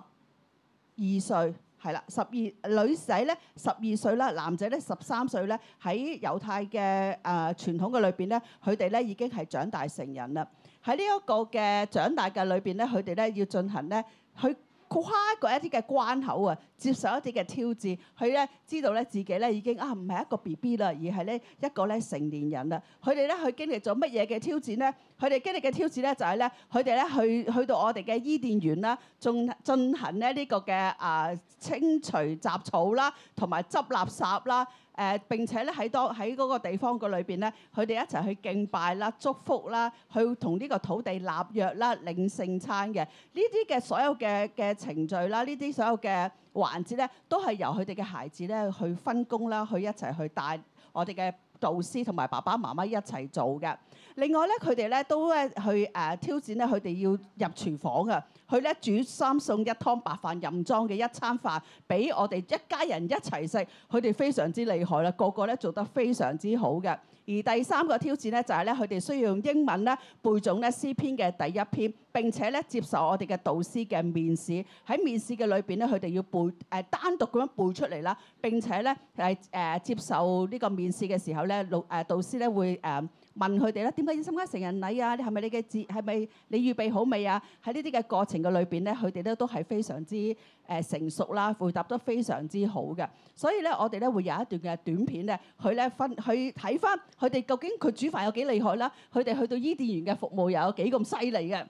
Speaker 6: 二歲，係啦，十二女仔咧十二歲啦，男仔咧十三歲咧，喺猶太嘅誒、呃、傳統嘅裏邊咧，佢哋咧已經係長大成人啦。喺呢一個嘅長大嘅裏邊咧，佢哋咧要進行咧去。跨過一啲嘅關口啊，接受一啲嘅挑戰，佢咧知道咧自己咧已經啊唔係一個 B B 啦，而係咧一個咧成年人啦。佢哋咧去經歷咗乜嘢嘅挑戰咧？佢哋經歷嘅挑戰咧就係咧，佢哋咧去去到我哋嘅伊甸園啦，進進行咧呢個嘅啊清除雜草啦，同埋執垃圾啦。誒、並且咧喺當喺嗰個地方個裏邊咧，佢哋一齊去敬拜啦、祝福啦，去同呢個土地立約啦、領聖餐嘅。呢啲嘅所有嘅嘅程序啦，呢啲所有嘅環節咧，都係由佢哋嘅孩子咧去分工啦，去一齊去帶我哋嘅導師同埋爸爸媽媽一齊做嘅。另外咧，佢哋咧都咧去誒、呃挑戰咧，佢哋要入廚房嘅，去咧煮三餸一湯白飯任裝嘅一餐飯，俾我哋一家人一齊食。佢哋非常之厲害啦，個個咧做得非常之好嘅。而第三個挑戰咧就係咧，佢哋需要用英文咧背誦咧詩篇嘅第一篇，並且咧接受我哋嘅導師嘅面試。喺面試嘅裏邊咧，佢哋要背誒、呃單獨咁樣背出嚟啦。並且咧係誒接受呢個面試嘅時候咧，老誒、呃、導師咧會誒。呃問佢哋咧，點解要參加成人禮啊？你係咪你嘅節係咪你預備好未啊？喺呢啲嘅過程嘅裏邊咧，佢哋咧都係非常之誒、呃成熟啦，回答得非常之好嘅。所以咧，我哋咧會有一段嘅短片咧，佢咧分去睇翻佢哋究竟佢煮飯有幾厲害啦，佢哋去到伊甸園嘅服務又有幾咁犀利嘅。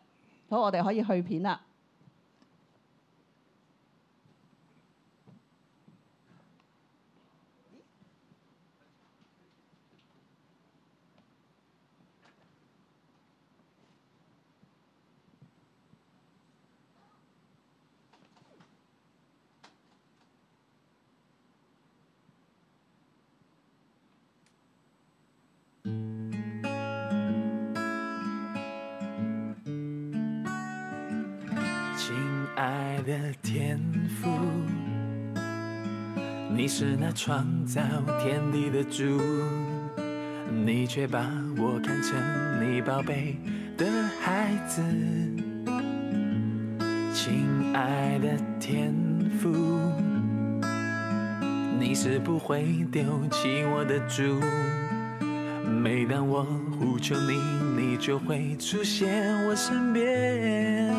Speaker 6: 好，我哋可以去片啦。
Speaker 7: 亲爱的天父，你是那创造天地的主，你却把我看成你宝贝的孩子。亲爱的天父，你是不会丢弃我的主。每当我呼求你，你就会出现我身边。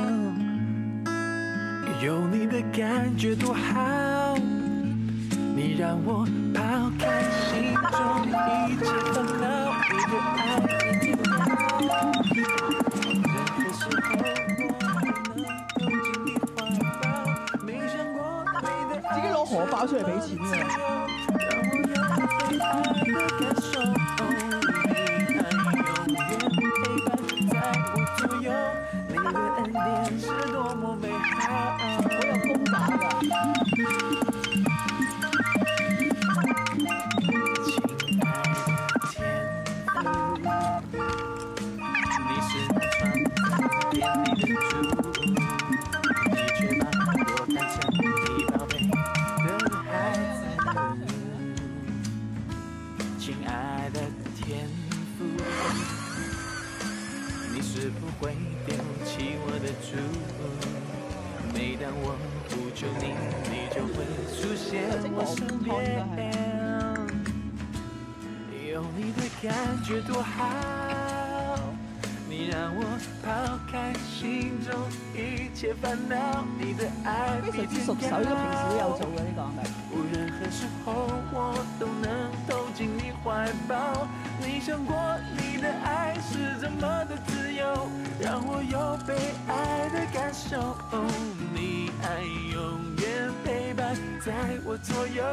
Speaker 7: 有你的感觉多好，你让我抛开心中一切烦恼，你的爱你的好。任何时候我都能够经历怀抱，没想过你的爱
Speaker 6: 自己攞荷包出嚟俾錢
Speaker 7: 自由
Speaker 6: 嘅。
Speaker 7: 让我有被爱的感受，哦你还有我。心爱的天赋，你是不会丢弃我的主。每当我呼求你，你就会出现我身边。有你的感觉多好，你让我抛开心中一切烦恼，你的爱
Speaker 6: 非
Speaker 7: 比
Speaker 6: 常之
Speaker 7: 天
Speaker 6: 熟手，呢個平時都有
Speaker 7: 高
Speaker 6: 做。嘅呢個係咪？
Speaker 7: 无论何时候，我都能投进你怀抱。你想过你的爱是怎么的自由，让我有被爱的感受。哦你爱永远陪伴在我左右，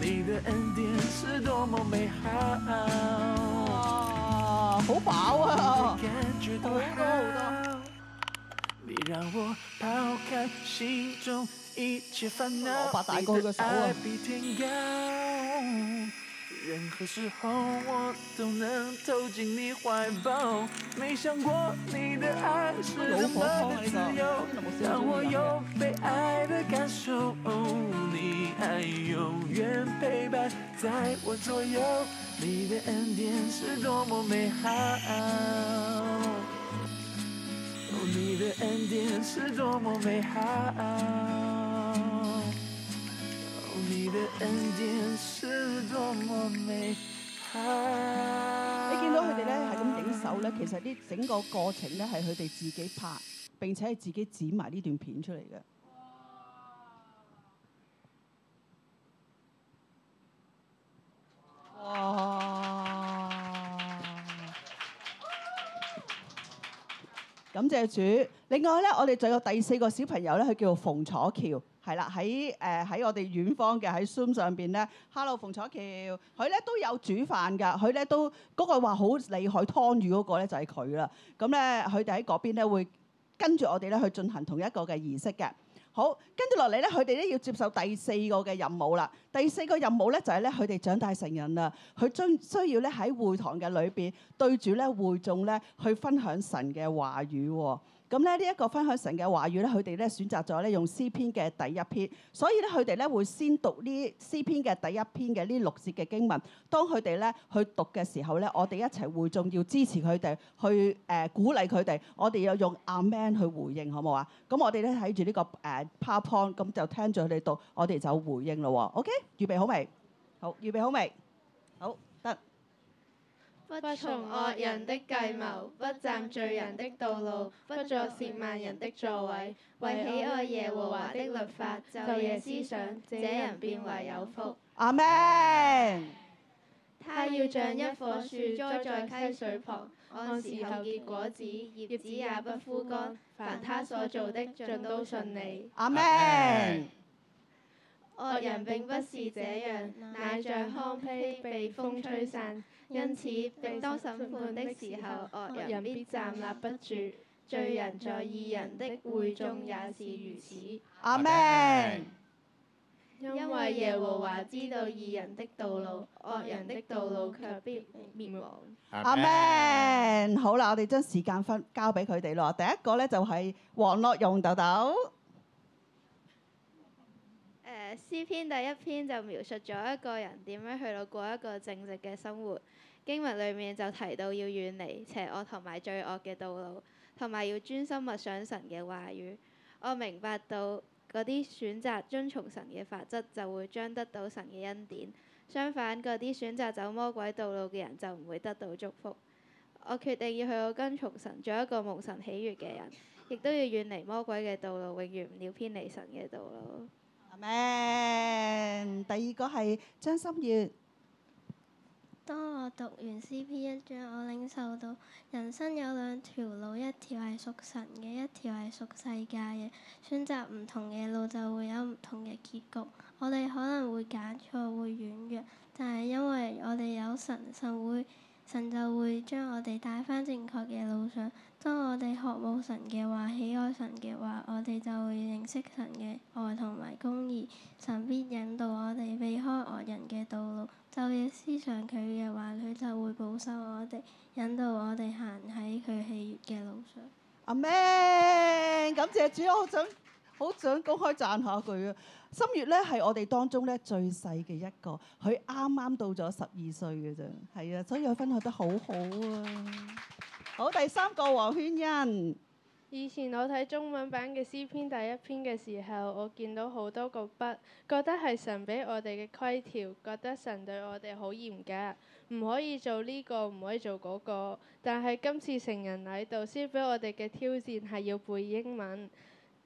Speaker 7: 你的恩典是多么美好。
Speaker 6: 哇，好飽啊！
Speaker 7: 感觉多好。你让我抛开心中一切烦恼，
Speaker 6: 蘿蔔大
Speaker 7: 你
Speaker 6: 哥
Speaker 7: 的
Speaker 6: 個手啊
Speaker 7: 爱比天高。任何时候我都能投进你怀抱，没想过你的爱是
Speaker 6: 老
Speaker 7: 那
Speaker 6: 婆腔
Speaker 7: 么的
Speaker 6: 呢
Speaker 7: 自由。
Speaker 6: 個，真係
Speaker 7: 让
Speaker 6: 冇試
Speaker 7: 我
Speaker 6: 過
Speaker 7: 有被爱的感受。哦，你爱永远陪伴在我左右，你的恩典是多么美好。哦，你的恩典是多么美好。哦，你的恩典是多么美好。
Speaker 6: 你見到佢哋咧係咁影手咧，其實呢整個過程咧係佢哋自己拍，並且係自己剪埋呢段片出嚟嘅。哇！感謝主。另外咧，我哋仲有第四個小朋友咧，佢叫做馮楚橋，係啦，喺誒喺我哋遠方嘅喺 Zoom 上邊咧，Hello 馮楚橋，佢咧都有煮飯㗎，佢咧都嗰、個話好厲害湯魚嗰個咧就係佢啦。咁咧佢哋喺嗰邊咧會跟住我哋咧去進行同一個嘅儀式嘅。好，跟住落嚟咧，佢哋咧要接受第四個嘅任務啦。第四個任務咧就係咧，佢哋長大成人啦，佢將需要咧喺會堂嘅裏邊對住咧會眾咧去分享神嘅話語喎。咁咧呢一個分享神嘅話語咧，佢哋咧選擇咗咧用詩篇嘅第一篇，所以咧佢哋咧會先讀呢詩篇嘅第一篇嘅呢六節嘅經文。當佢哋咧去讀嘅時候咧，我哋一齊會眾要支持佢哋，去誒、呃鼓勵佢哋，我哋要用阿 Man 去回應，好唔好啊？咁我哋咧睇住呢個誒、呃 PowerPoint，咁就聽住佢哋讀，我哋就回應咯喎。OK，預備好未？好，預備好未？好，得。
Speaker 8: 不從惡人的計謀，不站罪人的道路，不坐褻慢人的座位，為喜愛耶和華的律法，晝夜思想，這人變為有福。
Speaker 6: 阿 Man，
Speaker 8: 他要像一棵樹栽在溪水旁，按時候結果子，葉子也不枯乾。凡他所做的，盡都順利。
Speaker 6: 阿 Man，
Speaker 8: 惡人並不是這樣，乃像糠秕被風吹散。因此，並當審判的時候，惡人必站立不住。罪人在義人的會中也是如此，
Speaker 6: 阿 Man，
Speaker 8: 因為耶和華知道義人的道路，惡人的道路卻必滅亡。
Speaker 6: 阿 Man，好啦，我哋將時間分交俾佢哋咯。第一個咧就係黃樂用豆豆。
Speaker 8: 誒、詩呃篇第一呃篇就描述咗一個人點樣去到過一個正直嘅生活。經文裡面就提到要遠離邪惡同埋罪惡嘅道路，同埋要專心默想神嘅話語。我明白到嗰啲選擇遵從神嘅法則，就會將得到神嘅恩典；相反，嗰啲選擇走魔鬼道路嘅人就唔會得到祝福。我決定要去到跟從神，做一個蒙神喜悅嘅人，亦都要遠離魔鬼嘅道路，永遠唔要偏離神嘅道路。
Speaker 6: 阿 Man，第二個係張心月。
Speaker 9: 當我讀完 C.P. 一章，我領受到人生有兩條路，一條係屬神嘅，一條係屬世界嘅。選擇唔同嘅路就會有唔同嘅結局。我哋可能會揀錯，會軟弱，但係因為我哋有神，神會神就會將我哋帶翻正確嘅路上。當我哋學冇神嘅話，喜愛神嘅話，我哋就會認識神嘅愛同埋公義。神必引導我哋避開惡人嘅道路，晝夜思想佢嘅話，佢就會保守我哋，引導我哋行喺佢喜悅嘅路上。
Speaker 6: 阿 Man，感謝主，我好想好想公開讚下佢啊！心月咧係我哋當中咧最細嘅一個，佢啱啱到咗十二歲嘅啫，係啊，所以佢分享得好好啊！好，第三個黃圈欣，
Speaker 10: 以前我睇中文版嘅詩篇第一篇嘅時候，我見到好多個不，覺得係神俾我哋嘅規條，覺得神對我哋好嚴格，唔可以做呢、個，唔可以做嗰、個。但係今次成人禮導師俾我哋嘅挑戰係要背英文，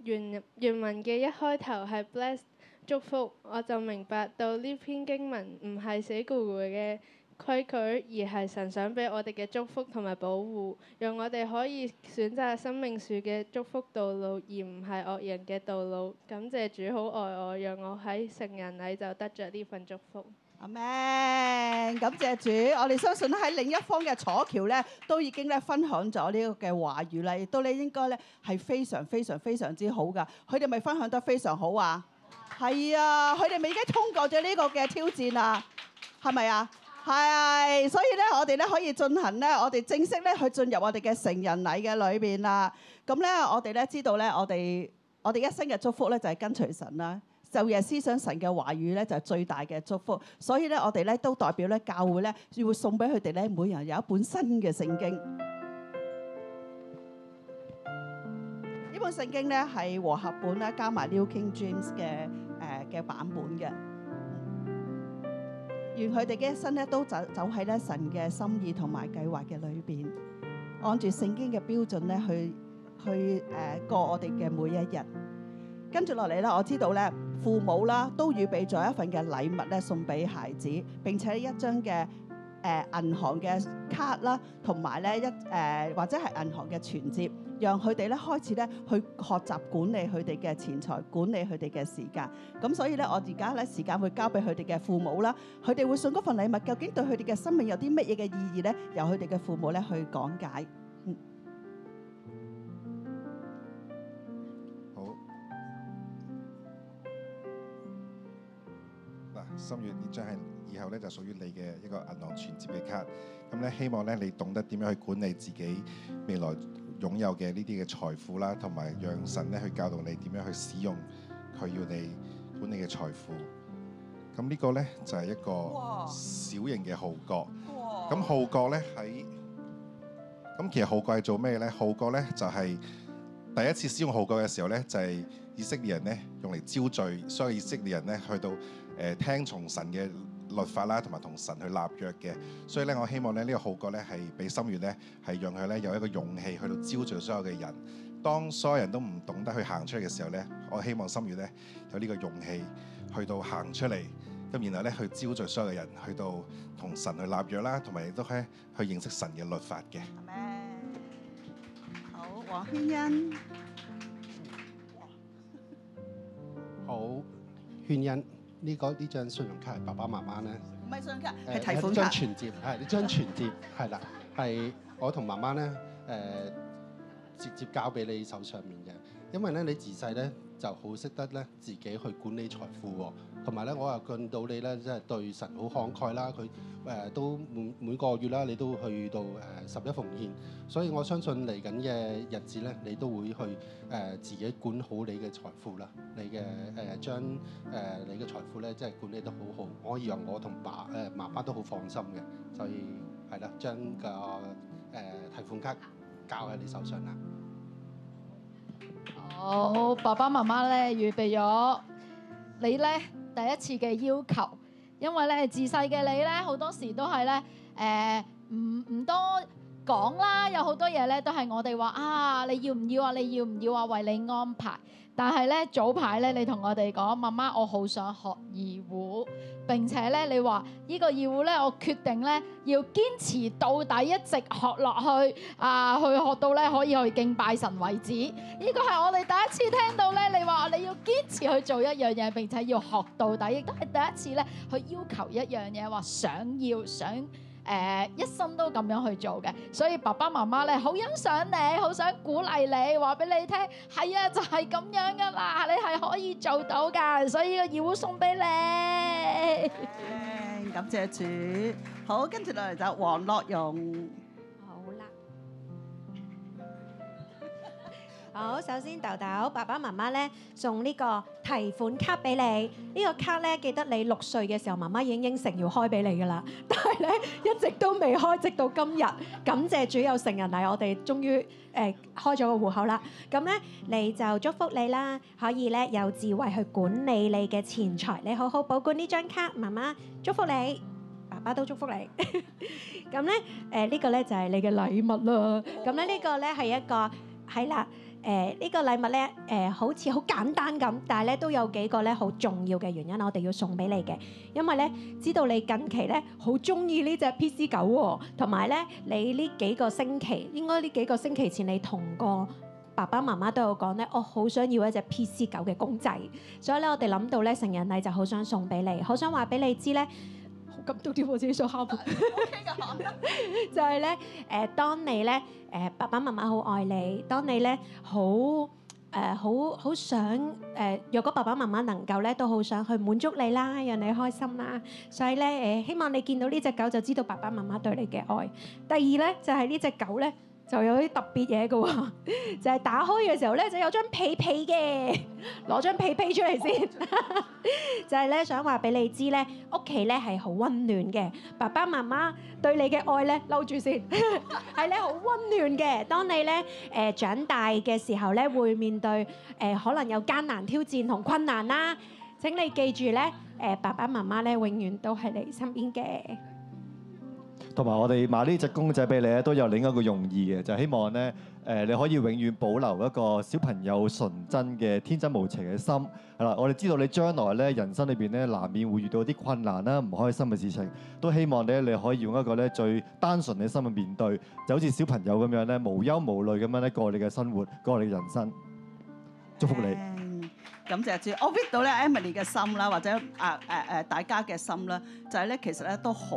Speaker 10: 原原文嘅一開頭係 bless 祝福，我就明白到呢篇經文唔係死固固嘅。規矩，而係神想俾我哋嘅祝福同埋保護，讓我哋可以選擇生命樹嘅祝福道路，而唔係惡人嘅道路。感謝主好愛我，讓我喺成人禮就得着呢份祝福。
Speaker 6: 阿 Man，感謝主，我哋相信咧喺另一方嘅楚橋咧，都已經咧分享咗呢個嘅話語啦，亦都咧應該咧係非常非常非常之好噶。佢哋咪分享得非常好啊！係啊，佢哋咪已經通過咗呢個嘅挑戰啦，係咪啊？係，所以咧，我哋咧可以進行咧，我哋正式咧去進入我哋嘅成人禮嘅裏邊啦。咁咧，我哋咧知道咧，我哋我哋一生嘅祝福咧就係跟隨神啦。就夜思想神嘅話語咧，就係最大嘅祝福。所以咧，我哋咧都代表咧教會咧，會送俾佢哋咧，每人有一本新嘅聖經。呢本聖經咧係和合本啦，加埋 New King James 嘅誒嘅版本嘅。願佢哋嘅一生咧都走走喺咧神嘅心意同埋計劃嘅裏邊，按住聖經嘅標準咧去去誒、呃、過我哋嘅每一日。跟住落嚟咧，我知道咧，父母啦都預備咗一份嘅禮物咧送俾孩子，並且一張嘅誒銀行嘅卡啦，同埋咧一誒、呃或者係銀行嘅存摺，讓佢哋咧開始咧去學習管理佢哋嘅錢財，管理佢哋嘅時間。咁所以咧，我而家咧時間會交俾佢哋嘅父母啦，佢哋會送嗰份禮物，究竟對佢哋嘅生命有啲乜嘢嘅意義咧？由佢哋嘅父母咧去講解。
Speaker 3: 好。嗱，心月呢張係以後咧就屬於你嘅一個銀行存摺嘅卡。咁咧希望咧你懂得點樣去管理自己未來擁有嘅呢啲嘅財富啦，同埋讓神咧去教導你點樣去使用佢要你管理嘅財富。咁呢個咧就係、一個
Speaker 6: 哇
Speaker 3: 小型嘅號角。咁號角咧喺咁其實號角係做咩咧？號角咧就係、第一次使用號角嘅時候咧，就係、以色列人咧用嚟招聚所有以色列人咧去到誒、呃、聽從神嘅律法啦，同埋同神去立約嘅。所以咧，我希望咧呢、呢個號角咧係俾心願咧係讓佢咧有一個勇氣去到招聚所有嘅人。當所有人都唔懂得去行出嚟嘅時候咧，我希望心願咧有呢個勇氣去到行出嚟。咁然後咧去招聚所有嘅人去到同神去立約啦，同埋亦都咧去認識神嘅律法嘅。
Speaker 6: 好，黃啊軒欣。
Speaker 11: 好，勸人呢、個呢張信用卡係爸爸媽媽咧。
Speaker 6: 唔係信用卡，
Speaker 11: 誒
Speaker 6: 係提
Speaker 11: 張
Speaker 6: 款卡。
Speaker 11: 呃存摺，係呢張存摺，係啦，係我同媽媽咧誒、呃直接交俾你手上面嘅，因為咧你自細咧就好識得咧自己去管理財富喎、同埋咧我又見到你咧即係對神好慷慨啦，佢誒、都每每個月啦，你都去到誒、十一奉獻，所以我相信嚟緊嘅日子咧，你都會去誒、自己管好你嘅財富啦，你嘅誒、將誒、你嘅財富咧，即係管理得好好，可以讓我同爸誒、媽媽都好放心嘅，所以係啦，將個誒、提款卡交喺你手上啦。
Speaker 12: 好，爸爸媽媽咧預備咗你咧第一次嘅要求，因為咧自細嘅你咧好多時都係咧誒唔唔多講啦，有好多嘢咧都係我哋話啊，你要唔要啊？你要唔要啊？為你安排。但係咧早排咧，你同我哋講，媽媽我好想學二胡，並且咧你話呢、個二胡咧，我決定咧要堅持到底，一直學落去啊，去學到咧可以去敬拜神為止。呢個係我哋第一次聽到咧，你話你要堅持去做一樣嘢，並且要學到底，亦都係第一次咧去要求一樣嘢，話想要想。誒、一生都咁樣去做嘅，所以爸爸媽媽咧好欣賞你，好想鼓勵你，話俾你聽，係啊，就係、咁樣噶啦，你係可以做到噶，所以個義烏送俾你。
Speaker 6: 感謝主。好，跟住落嚟就黃樂容。
Speaker 13: 好啦。好，首先豆豆爸爸媽媽咧送呢個提款卡俾你，呢、個卡咧記得你六歲嘅時候，媽媽已經應承要開俾你噶啦， [laughs] 但係咧一直都未開，直到今日。感謝主有成人禮，我哋終於誒、呃、開咗個戶口啦。咁咧你就祝福你啦，可以咧有智慧去管理你嘅錢財，你好好保管呢張卡，媽媽祝福你。爸爸都祝福你，咁咧誒呢個咧就係你嘅禮物啦。咁咧呢個咧係一個係啦，誒、呢、個禮物咧，誒、好似好簡單咁，但係咧都有幾個咧好重要嘅原因，我哋要送俾你嘅，因為咧知道你近期咧好中意呢只 PC 九喎、同埋咧你呢幾個星期，應該呢幾個星期前你同個。爸爸媽媽都有講咧，我好想要一隻 PC 九嘅公仔，所以咧我哋諗到咧成人禮就好想送俾你，好想話俾你知咧，好感動添，我自己想喊。 [laughs] 就係咧，誒、當你咧，誒、爸爸媽媽好愛你，當你咧好誒好好想誒、若果爸爸媽媽能夠咧，都好想去滿足你啦，讓你開心啦。所以咧，誒、希望你見到呢只狗就知道爸爸媽媽對你嘅愛。第二咧，就係、呢只狗咧。就有啲特別嘢嘅喎， [laughs] 就係打開嘅時候咧，就有張被被嘅，攞張被被出嚟先。就係咧想話俾你知咧，屋企咧係好温暖嘅，爸爸媽媽對你嘅愛咧，嬲住先， [laughs] 係咧好温暖嘅。當你咧誒、呃長大嘅時候咧，會面對誒、呃可能有艱難挑戰同困難啦。請你記住咧，誒、爸爸媽媽咧永遠都喺你身邊嘅。
Speaker 14: 同埋我哋買呢只公仔俾你咧，都有另一個用意嘅，就係希望咧誒、你可以永遠保留一個小朋友純真嘅天真無邪嘅心。係啦，我哋知道你將來咧人生裏邊咧難免會遇到啲困難啦、唔開心嘅事情，都希望咧你可以用一個咧最單純嘅心去面對，就好似小朋友咁樣咧無憂無慮咁樣咧過你嘅生活，過你嘅人生。祝福你。
Speaker 6: 感謝主，我 feel 到咧 Emily 嘅心啦，或者啊誒誒大家嘅心啦，就係、咧其實咧都好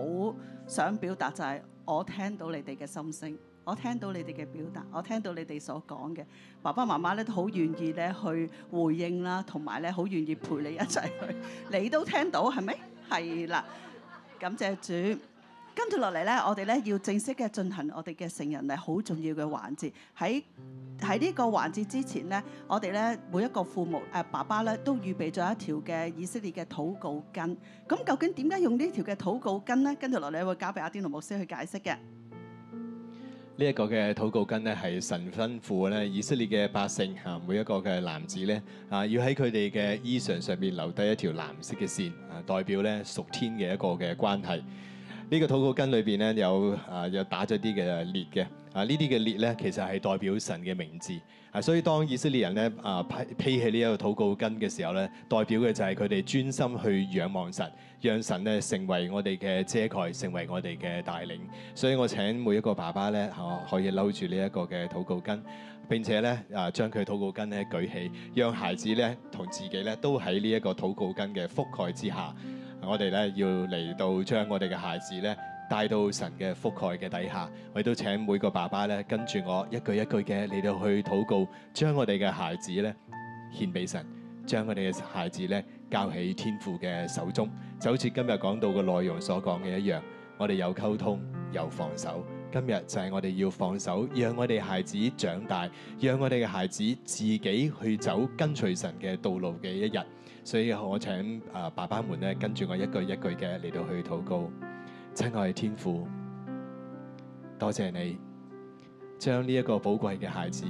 Speaker 6: 想表達就係、我聽到你哋嘅心聲，我聽到你哋嘅表達，我聽到你哋所講嘅，爸爸媽媽咧都好願意咧去回應啦，同埋咧好願意陪你一齊去，你都聽到係咪？係啦，感謝主。跟住落嚟咧，我哋咧要正式嘅進行我哋嘅成人禮好重要嘅環節。喺喺呢個環節之前咧，我哋咧每一個父母誒、呃爸爸咧都預備咗一條嘅以色列嘅禱告巾。咁究竟點解用呢條嘅禱告巾咧？跟住落嚟會交俾阿天奴牧師去解釋嘅。
Speaker 5: 呢一個嘅禱告根咧係神吩咐咧以色列嘅百姓嚇每一個嘅男子咧啊，要喺佢哋嘅衣裳上面留低一條藍色嘅線啊，代表咧屬天嘅一個嘅關係。呢、個禱告根裏邊咧有啊有打咗啲嘅列嘅啊，呢啲嘅列咧其實係代表神嘅名字啊，所以當以色列人咧啊披披起呢一個禱告根嘅時候咧，代表嘅就係佢哋專心去仰望神，讓神咧成為我哋嘅遮蓋，成為我哋嘅帶領。所以我請每一個爸爸咧，啊可以摟住呢一個嘅禱告巾，並且咧啊將佢禱告巾咧舉起，讓孩子咧同自己咧都喺呢一個禱告巾嘅覆蓋之下，我哋咧要嚟到將我哋嘅孩子咧。帶到神嘅覆蓋嘅底下，我亦都請每個爸爸咧跟住我一句一句嘅嚟到去禱告，將我哋嘅孩子咧獻俾神，將我哋嘅孩子咧交喺天父嘅手中，就好似今日講到嘅內容所講嘅一樣，我哋有溝通，有放手。今日就係我哋要放手，讓我哋孩子長大，讓我哋嘅孩子自己去走跟隨神嘅道路嘅一日。所以我請啊爸爸們咧跟住我一句一句嘅嚟到去禱告，親愛嘅天父，多謝你將呢一個寶貴嘅孩子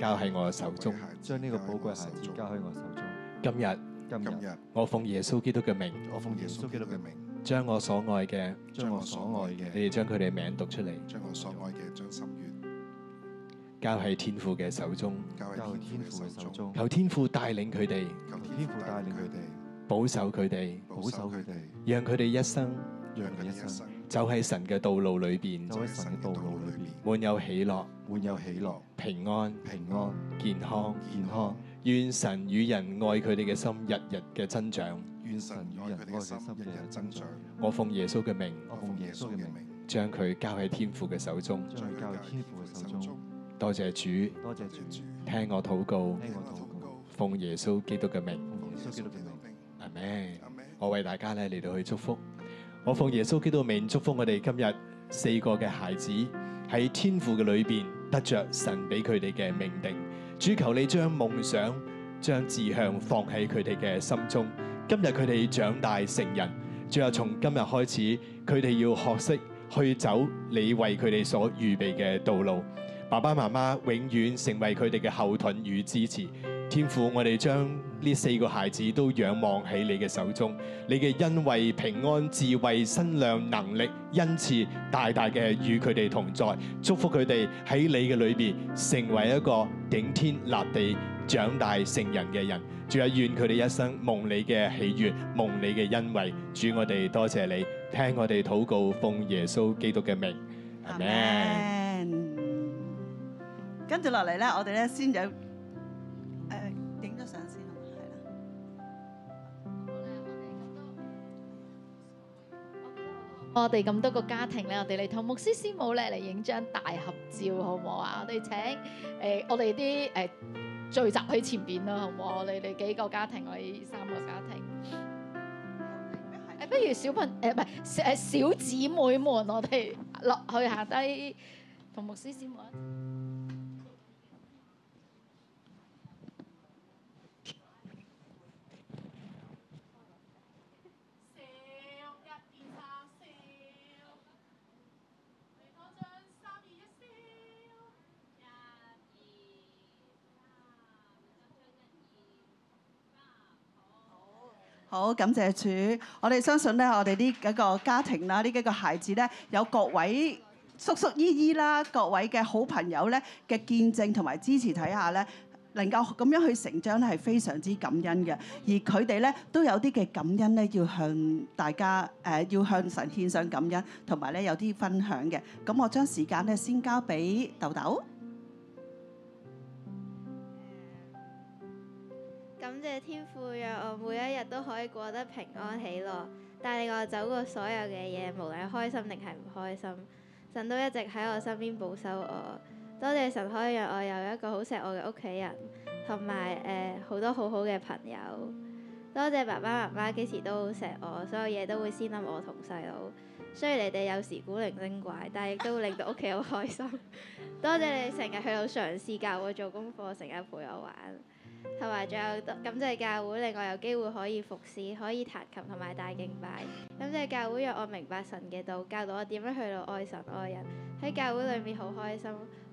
Speaker 5: 交喺我手中，
Speaker 14: 將呢個寶貴孩子交喺我手中。
Speaker 5: 今日，
Speaker 14: 今日，
Speaker 5: 我奉耶穌基督嘅名，
Speaker 14: 我奉耶穌基督嘅名，
Speaker 5: 將我所愛嘅，
Speaker 14: 將我所愛嘅
Speaker 5: 你哋將佢哋名讀出嚟，
Speaker 15: 將我所愛嘅將心願
Speaker 5: 交喺天父嘅手中，
Speaker 15: 交喺天父嘅手中，
Speaker 5: 求天父帶領佢哋，
Speaker 15: 求天父帶領佢哋，
Speaker 5: 保守佢哋，
Speaker 15: 保守佢哋，
Speaker 5: 讓佢哋一生
Speaker 15: 讓佢一生
Speaker 5: 走喺神嘅道路裏邊，
Speaker 14: 走喺神嘅道路裏邊，
Speaker 5: 滿有喜樂，
Speaker 14: 滿有喜樂、
Speaker 5: 平安、
Speaker 14: 平安、
Speaker 5: 健康。
Speaker 14: 健康。
Speaker 5: 願神與人愛佢哋嘅心日日嘅增長。
Speaker 15: 願神與人愛嘅心日日增長。
Speaker 5: 我奉耶穌嘅名，
Speaker 15: 我奉耶穌嘅名，
Speaker 5: 將佢交喺天父嘅手中。
Speaker 14: 將佢交喺天父嘅手中。
Speaker 5: 多謝主，
Speaker 14: 多謝主，
Speaker 5: 聽我禱告，
Speaker 14: 聽我禱告，
Speaker 5: 奉耶穌基督嘅名。
Speaker 14: 奉耶穌基督嘅名。
Speaker 5: 阿咩？我為大家咧嚟到去祝福，我奉耶穌基督嘅名祝福我哋今日四個嘅孩子喺天父嘅裏邊得着神俾佢哋嘅命定。主求你將夢想、將志向放喺佢哋嘅心中。今日佢哋長大成人，主啊，從今日開始，佢哋要學識去走你為佢哋所預備嘅道路。爸爸媽媽永遠成為佢哋嘅後盾與支持。天父，我哋將呢四個孩子都仰望喺你嘅手中，你嘅恩惠、平安、智慧、身量、能力、恩賜，大大嘅與佢哋同在，祝福佢哋喺你嘅裏邊成為一個頂天立地、長大成人嘅人。主啊，願佢哋一生蒙你嘅喜悅，蒙你嘅恩惠。主，我哋多謝你，聽我哋禱告，奉耶穌基督嘅名，阿門。
Speaker 16: 跟住落嚟咧，我哋咧先有誒影咗相先，好嘛係啦。
Speaker 12: 我哋咁多個家庭咧，我哋嚟同牧師師母咧嚟影張大合照，好唔好啊？我哋請誒、呃我哋啲誒聚集喺前邊啦，好唔好？我哋哋幾個家庭，我哋三個家庭。誒，不如小朋誒唔係誒小姊妹們，我哋落去下低同牧師師母一齊。
Speaker 16: 好，感謝主！我哋相信咧，我哋呢幾個家庭啦，呢幾個孩子咧，有各位叔叔姨姨啦，各位嘅好朋友咧嘅見證同埋支持睇下咧。能夠咁樣去成長咧，係非常之感恩嘅。而佢哋咧都有啲嘅感恩咧，要向大家誒、呃要向神獻上感恩，同埋咧有啲分享嘅。咁我將時間咧先交俾豆豆。
Speaker 8: 感謝天父讓我每一日都可以過得平安喜樂，帶領我走過所有嘅嘢，無論開心定係唔開心，神都一直喺我身邊保守我。多謝神可以讓我有一個好錫我嘅屋企人，同埋誒好多好好嘅朋友。多謝爸爸媽媽幾時都好錫我，所有嘢都會先諗我同細佬。雖然你哋有時古靈精怪，但係亦都會令到屋企好開心。多謝你哋成日去到嘗試教我做功課，成日陪我玩。同埋仲有多感謝教會，令我有機會可以服侍，可以彈琴同埋大敬拜。感謝教會讓我明白神嘅道，教導我點樣去到愛神愛人。喺教會裏面好開心，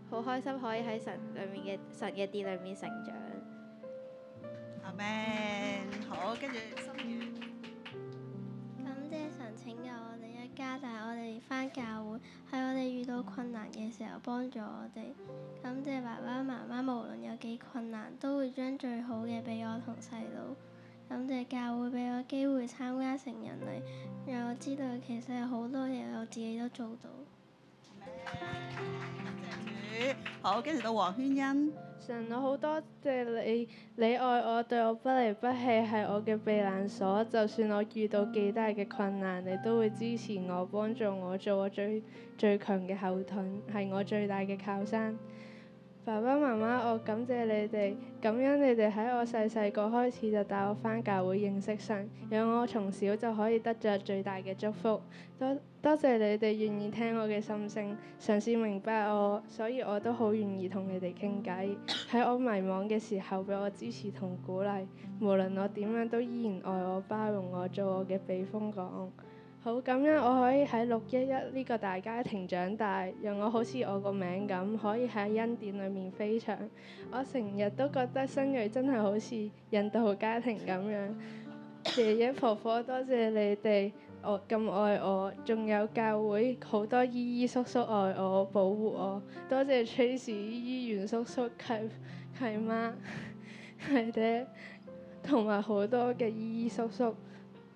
Speaker 8: 好開心可以喺神裏面嘅神嘅殿裏面成長。
Speaker 16: 阿 Man，好，跟住心願。
Speaker 9: 感謝神拯救我哋一家，但係我哋返教會，喺我哋遇到困難嘅時候幫助我哋。感謝爸爸媽媽，無論有幾困難，都會將最好嘅俾我同細佬。感謝教會俾我機會參加成人禮，讓我知道其實有好多嘢我自己都做到。
Speaker 16: 好，跟住到黃圈欣。
Speaker 10: 神，我好多謝你，你愛我，對我不離不棄，係我嘅避難所。就算我遇到幾大嘅困難，你都會支持我，幫助我，做我最最強嘅後盾，係我最大嘅靠山。爸爸媽媽，我感謝你哋，感恩你哋喺我細細個開始就帶我返教會認識神，讓我從小就可以得着最大嘅祝福。多多謝你哋願意聽我嘅心聲，嘗試明白我，所以我都好願意同你哋傾偈。喺我迷茫嘅時候，俾我支持同鼓勵，無論我點樣都依然愛我、包容我、做我嘅避風港。好感恩我可以喺六一一呢個大家庭長大，讓我好似我個名咁，可以喺恩典裏面飛翔。我成日都覺得新蕊真係好似印度家庭咁樣。爺爺婆婆，多謝你哋，我咁愛我，仲有教會好多姨姨叔叔愛我、保護我，多謝 Tracy 姨姨、袁叔叔、契契媽、契爹，同埋好多嘅姨姨叔叔。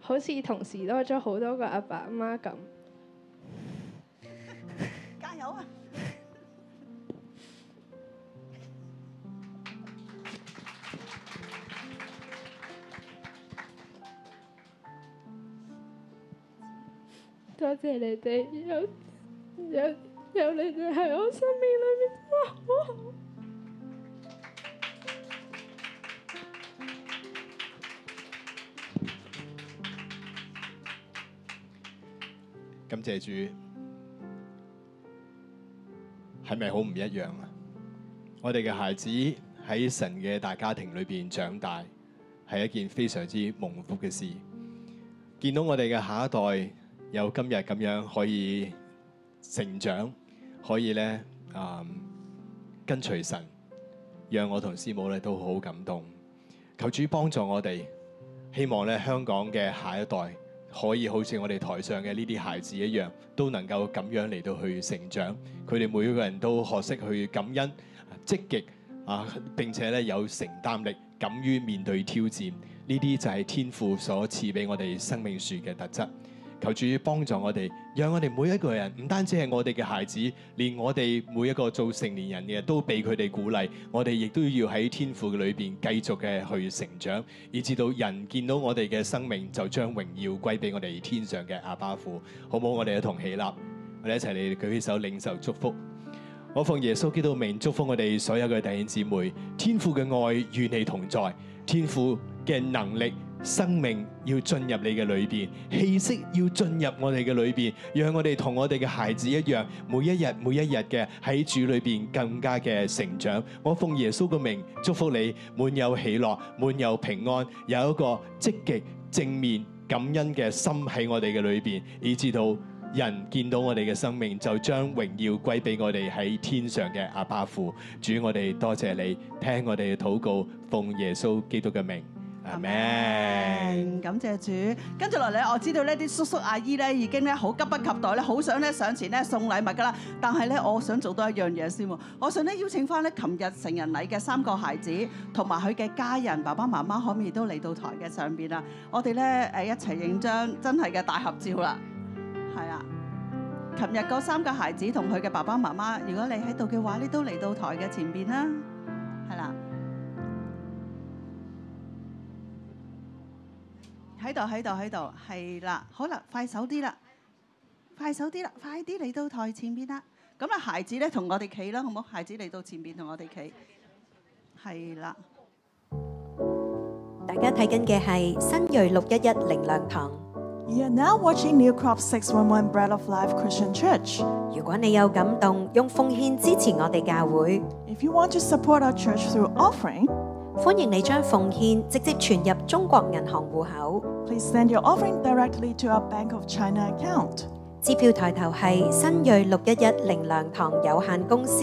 Speaker 10: 好似同時多咗好多個阿爸阿媽咁。
Speaker 16: 加油啊！
Speaker 10: 多謝你哋有有有你哋喺我生命裏面真係
Speaker 7: Oh.
Speaker 10: 好好。
Speaker 5: 感謝主，係咪好唔一樣啊？我哋嘅孩子喺神嘅大家庭裏邊長大，係一件非常之蒙福嘅事。見到我哋嘅下一代有今日咁樣可以成長，可以咧啊、跟隨神，讓我同師母咧都好感動。求主幫助我哋，希望咧香港嘅下一代可以好似我哋台上嘅呢啲孩子一樣，都能夠咁樣嚟到去成長。佢哋每個人都學識去感恩、積極啊，並且咧有承擔力，敢於面對挑戰。呢啲就係天父所賜俾我哋生命樹嘅特質。求主幫助我哋，讓我哋每一個人唔單止係我哋嘅孩子，連我哋每一個做成年人嘅都俾佢哋鼓勵。我哋亦都要喺天父嘅裏邊繼續嘅去成長，以至到人見到我哋嘅生命就將榮耀歸俾我哋天上嘅阿爸父，好唔好？我哋一同起立，我哋一齊嚟舉起手領受祝福。我奉耶穌基督名祝福我哋所有嘅弟兄姊妹，天父嘅愛與你同在，天父嘅能力。生命要進入你嘅裏邊，氣息要進入我哋嘅裏邊，讓我哋同我哋嘅孩子一樣，每一日每一日嘅喺主裏邊更加嘅成長。我奉耶穌嘅名祝福你，滿有喜樂，滿有平安，有一個積極正面感恩嘅心喺我哋嘅裏邊，以至到。人見到我哋嘅生命，就將榮耀歸俾我哋喺天上嘅阿爸父。主，我哋多謝你，聽我哋嘅禱告，奉耶穌基督嘅名，阿門。
Speaker 6: 感謝主。跟住落嚟，我知道呢啲叔叔阿姨咧已經咧好急不及待咧，好想咧上前咧送禮物噶啦。但係咧，我想做多一樣嘢先喎。我想咧邀請翻咧琴日成人禮嘅三個孩子同埋佢嘅家人爸爸媽媽，可唔可以都嚟到台嘅上邊啊？我哋咧誒一齊影張真係嘅大合照啦。係
Speaker 16: 啊
Speaker 6: 啦。琴日嗰三個孩子同佢嘅爸爸媽媽，如果你喺度嘅話，你都嚟到台嘅前邊啦。係啦。喺度喺度喺度，係啦，好啦，快手啲啦，快手啲啦，快啲嚟到台前邊啦。咁啊，孩子咧同我哋企啦，好唔好？孩子嚟到前邊同我哋企，係啦。
Speaker 17: 大家睇緊嘅係新锐六一一靈糧堂。
Speaker 18: You are now watching New Crop 611 Bread of Life Christian Church.
Speaker 17: 如果你有感動，用奉獻支持我哋教會，
Speaker 18: If you want to support our church through offering,
Speaker 17: 歡迎你將奉獻直接存入中國銀行户口。
Speaker 18: please send your offering directly to our Bank of China account.
Speaker 17: 支票抬頭係新锐六一一靈糧堂有限公司。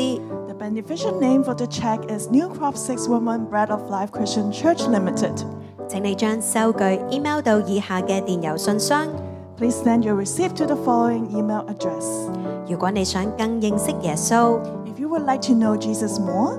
Speaker 18: The beneficial name for the check is New Crop 611 Bread of Life Christian Church Limited.
Speaker 17: 請你將收據 email 到以下嘅電郵信箱。
Speaker 18: Please send your receipt to the following email address.
Speaker 17: 如果你想更認識耶穌，
Speaker 18: If you would like to know Jesus more,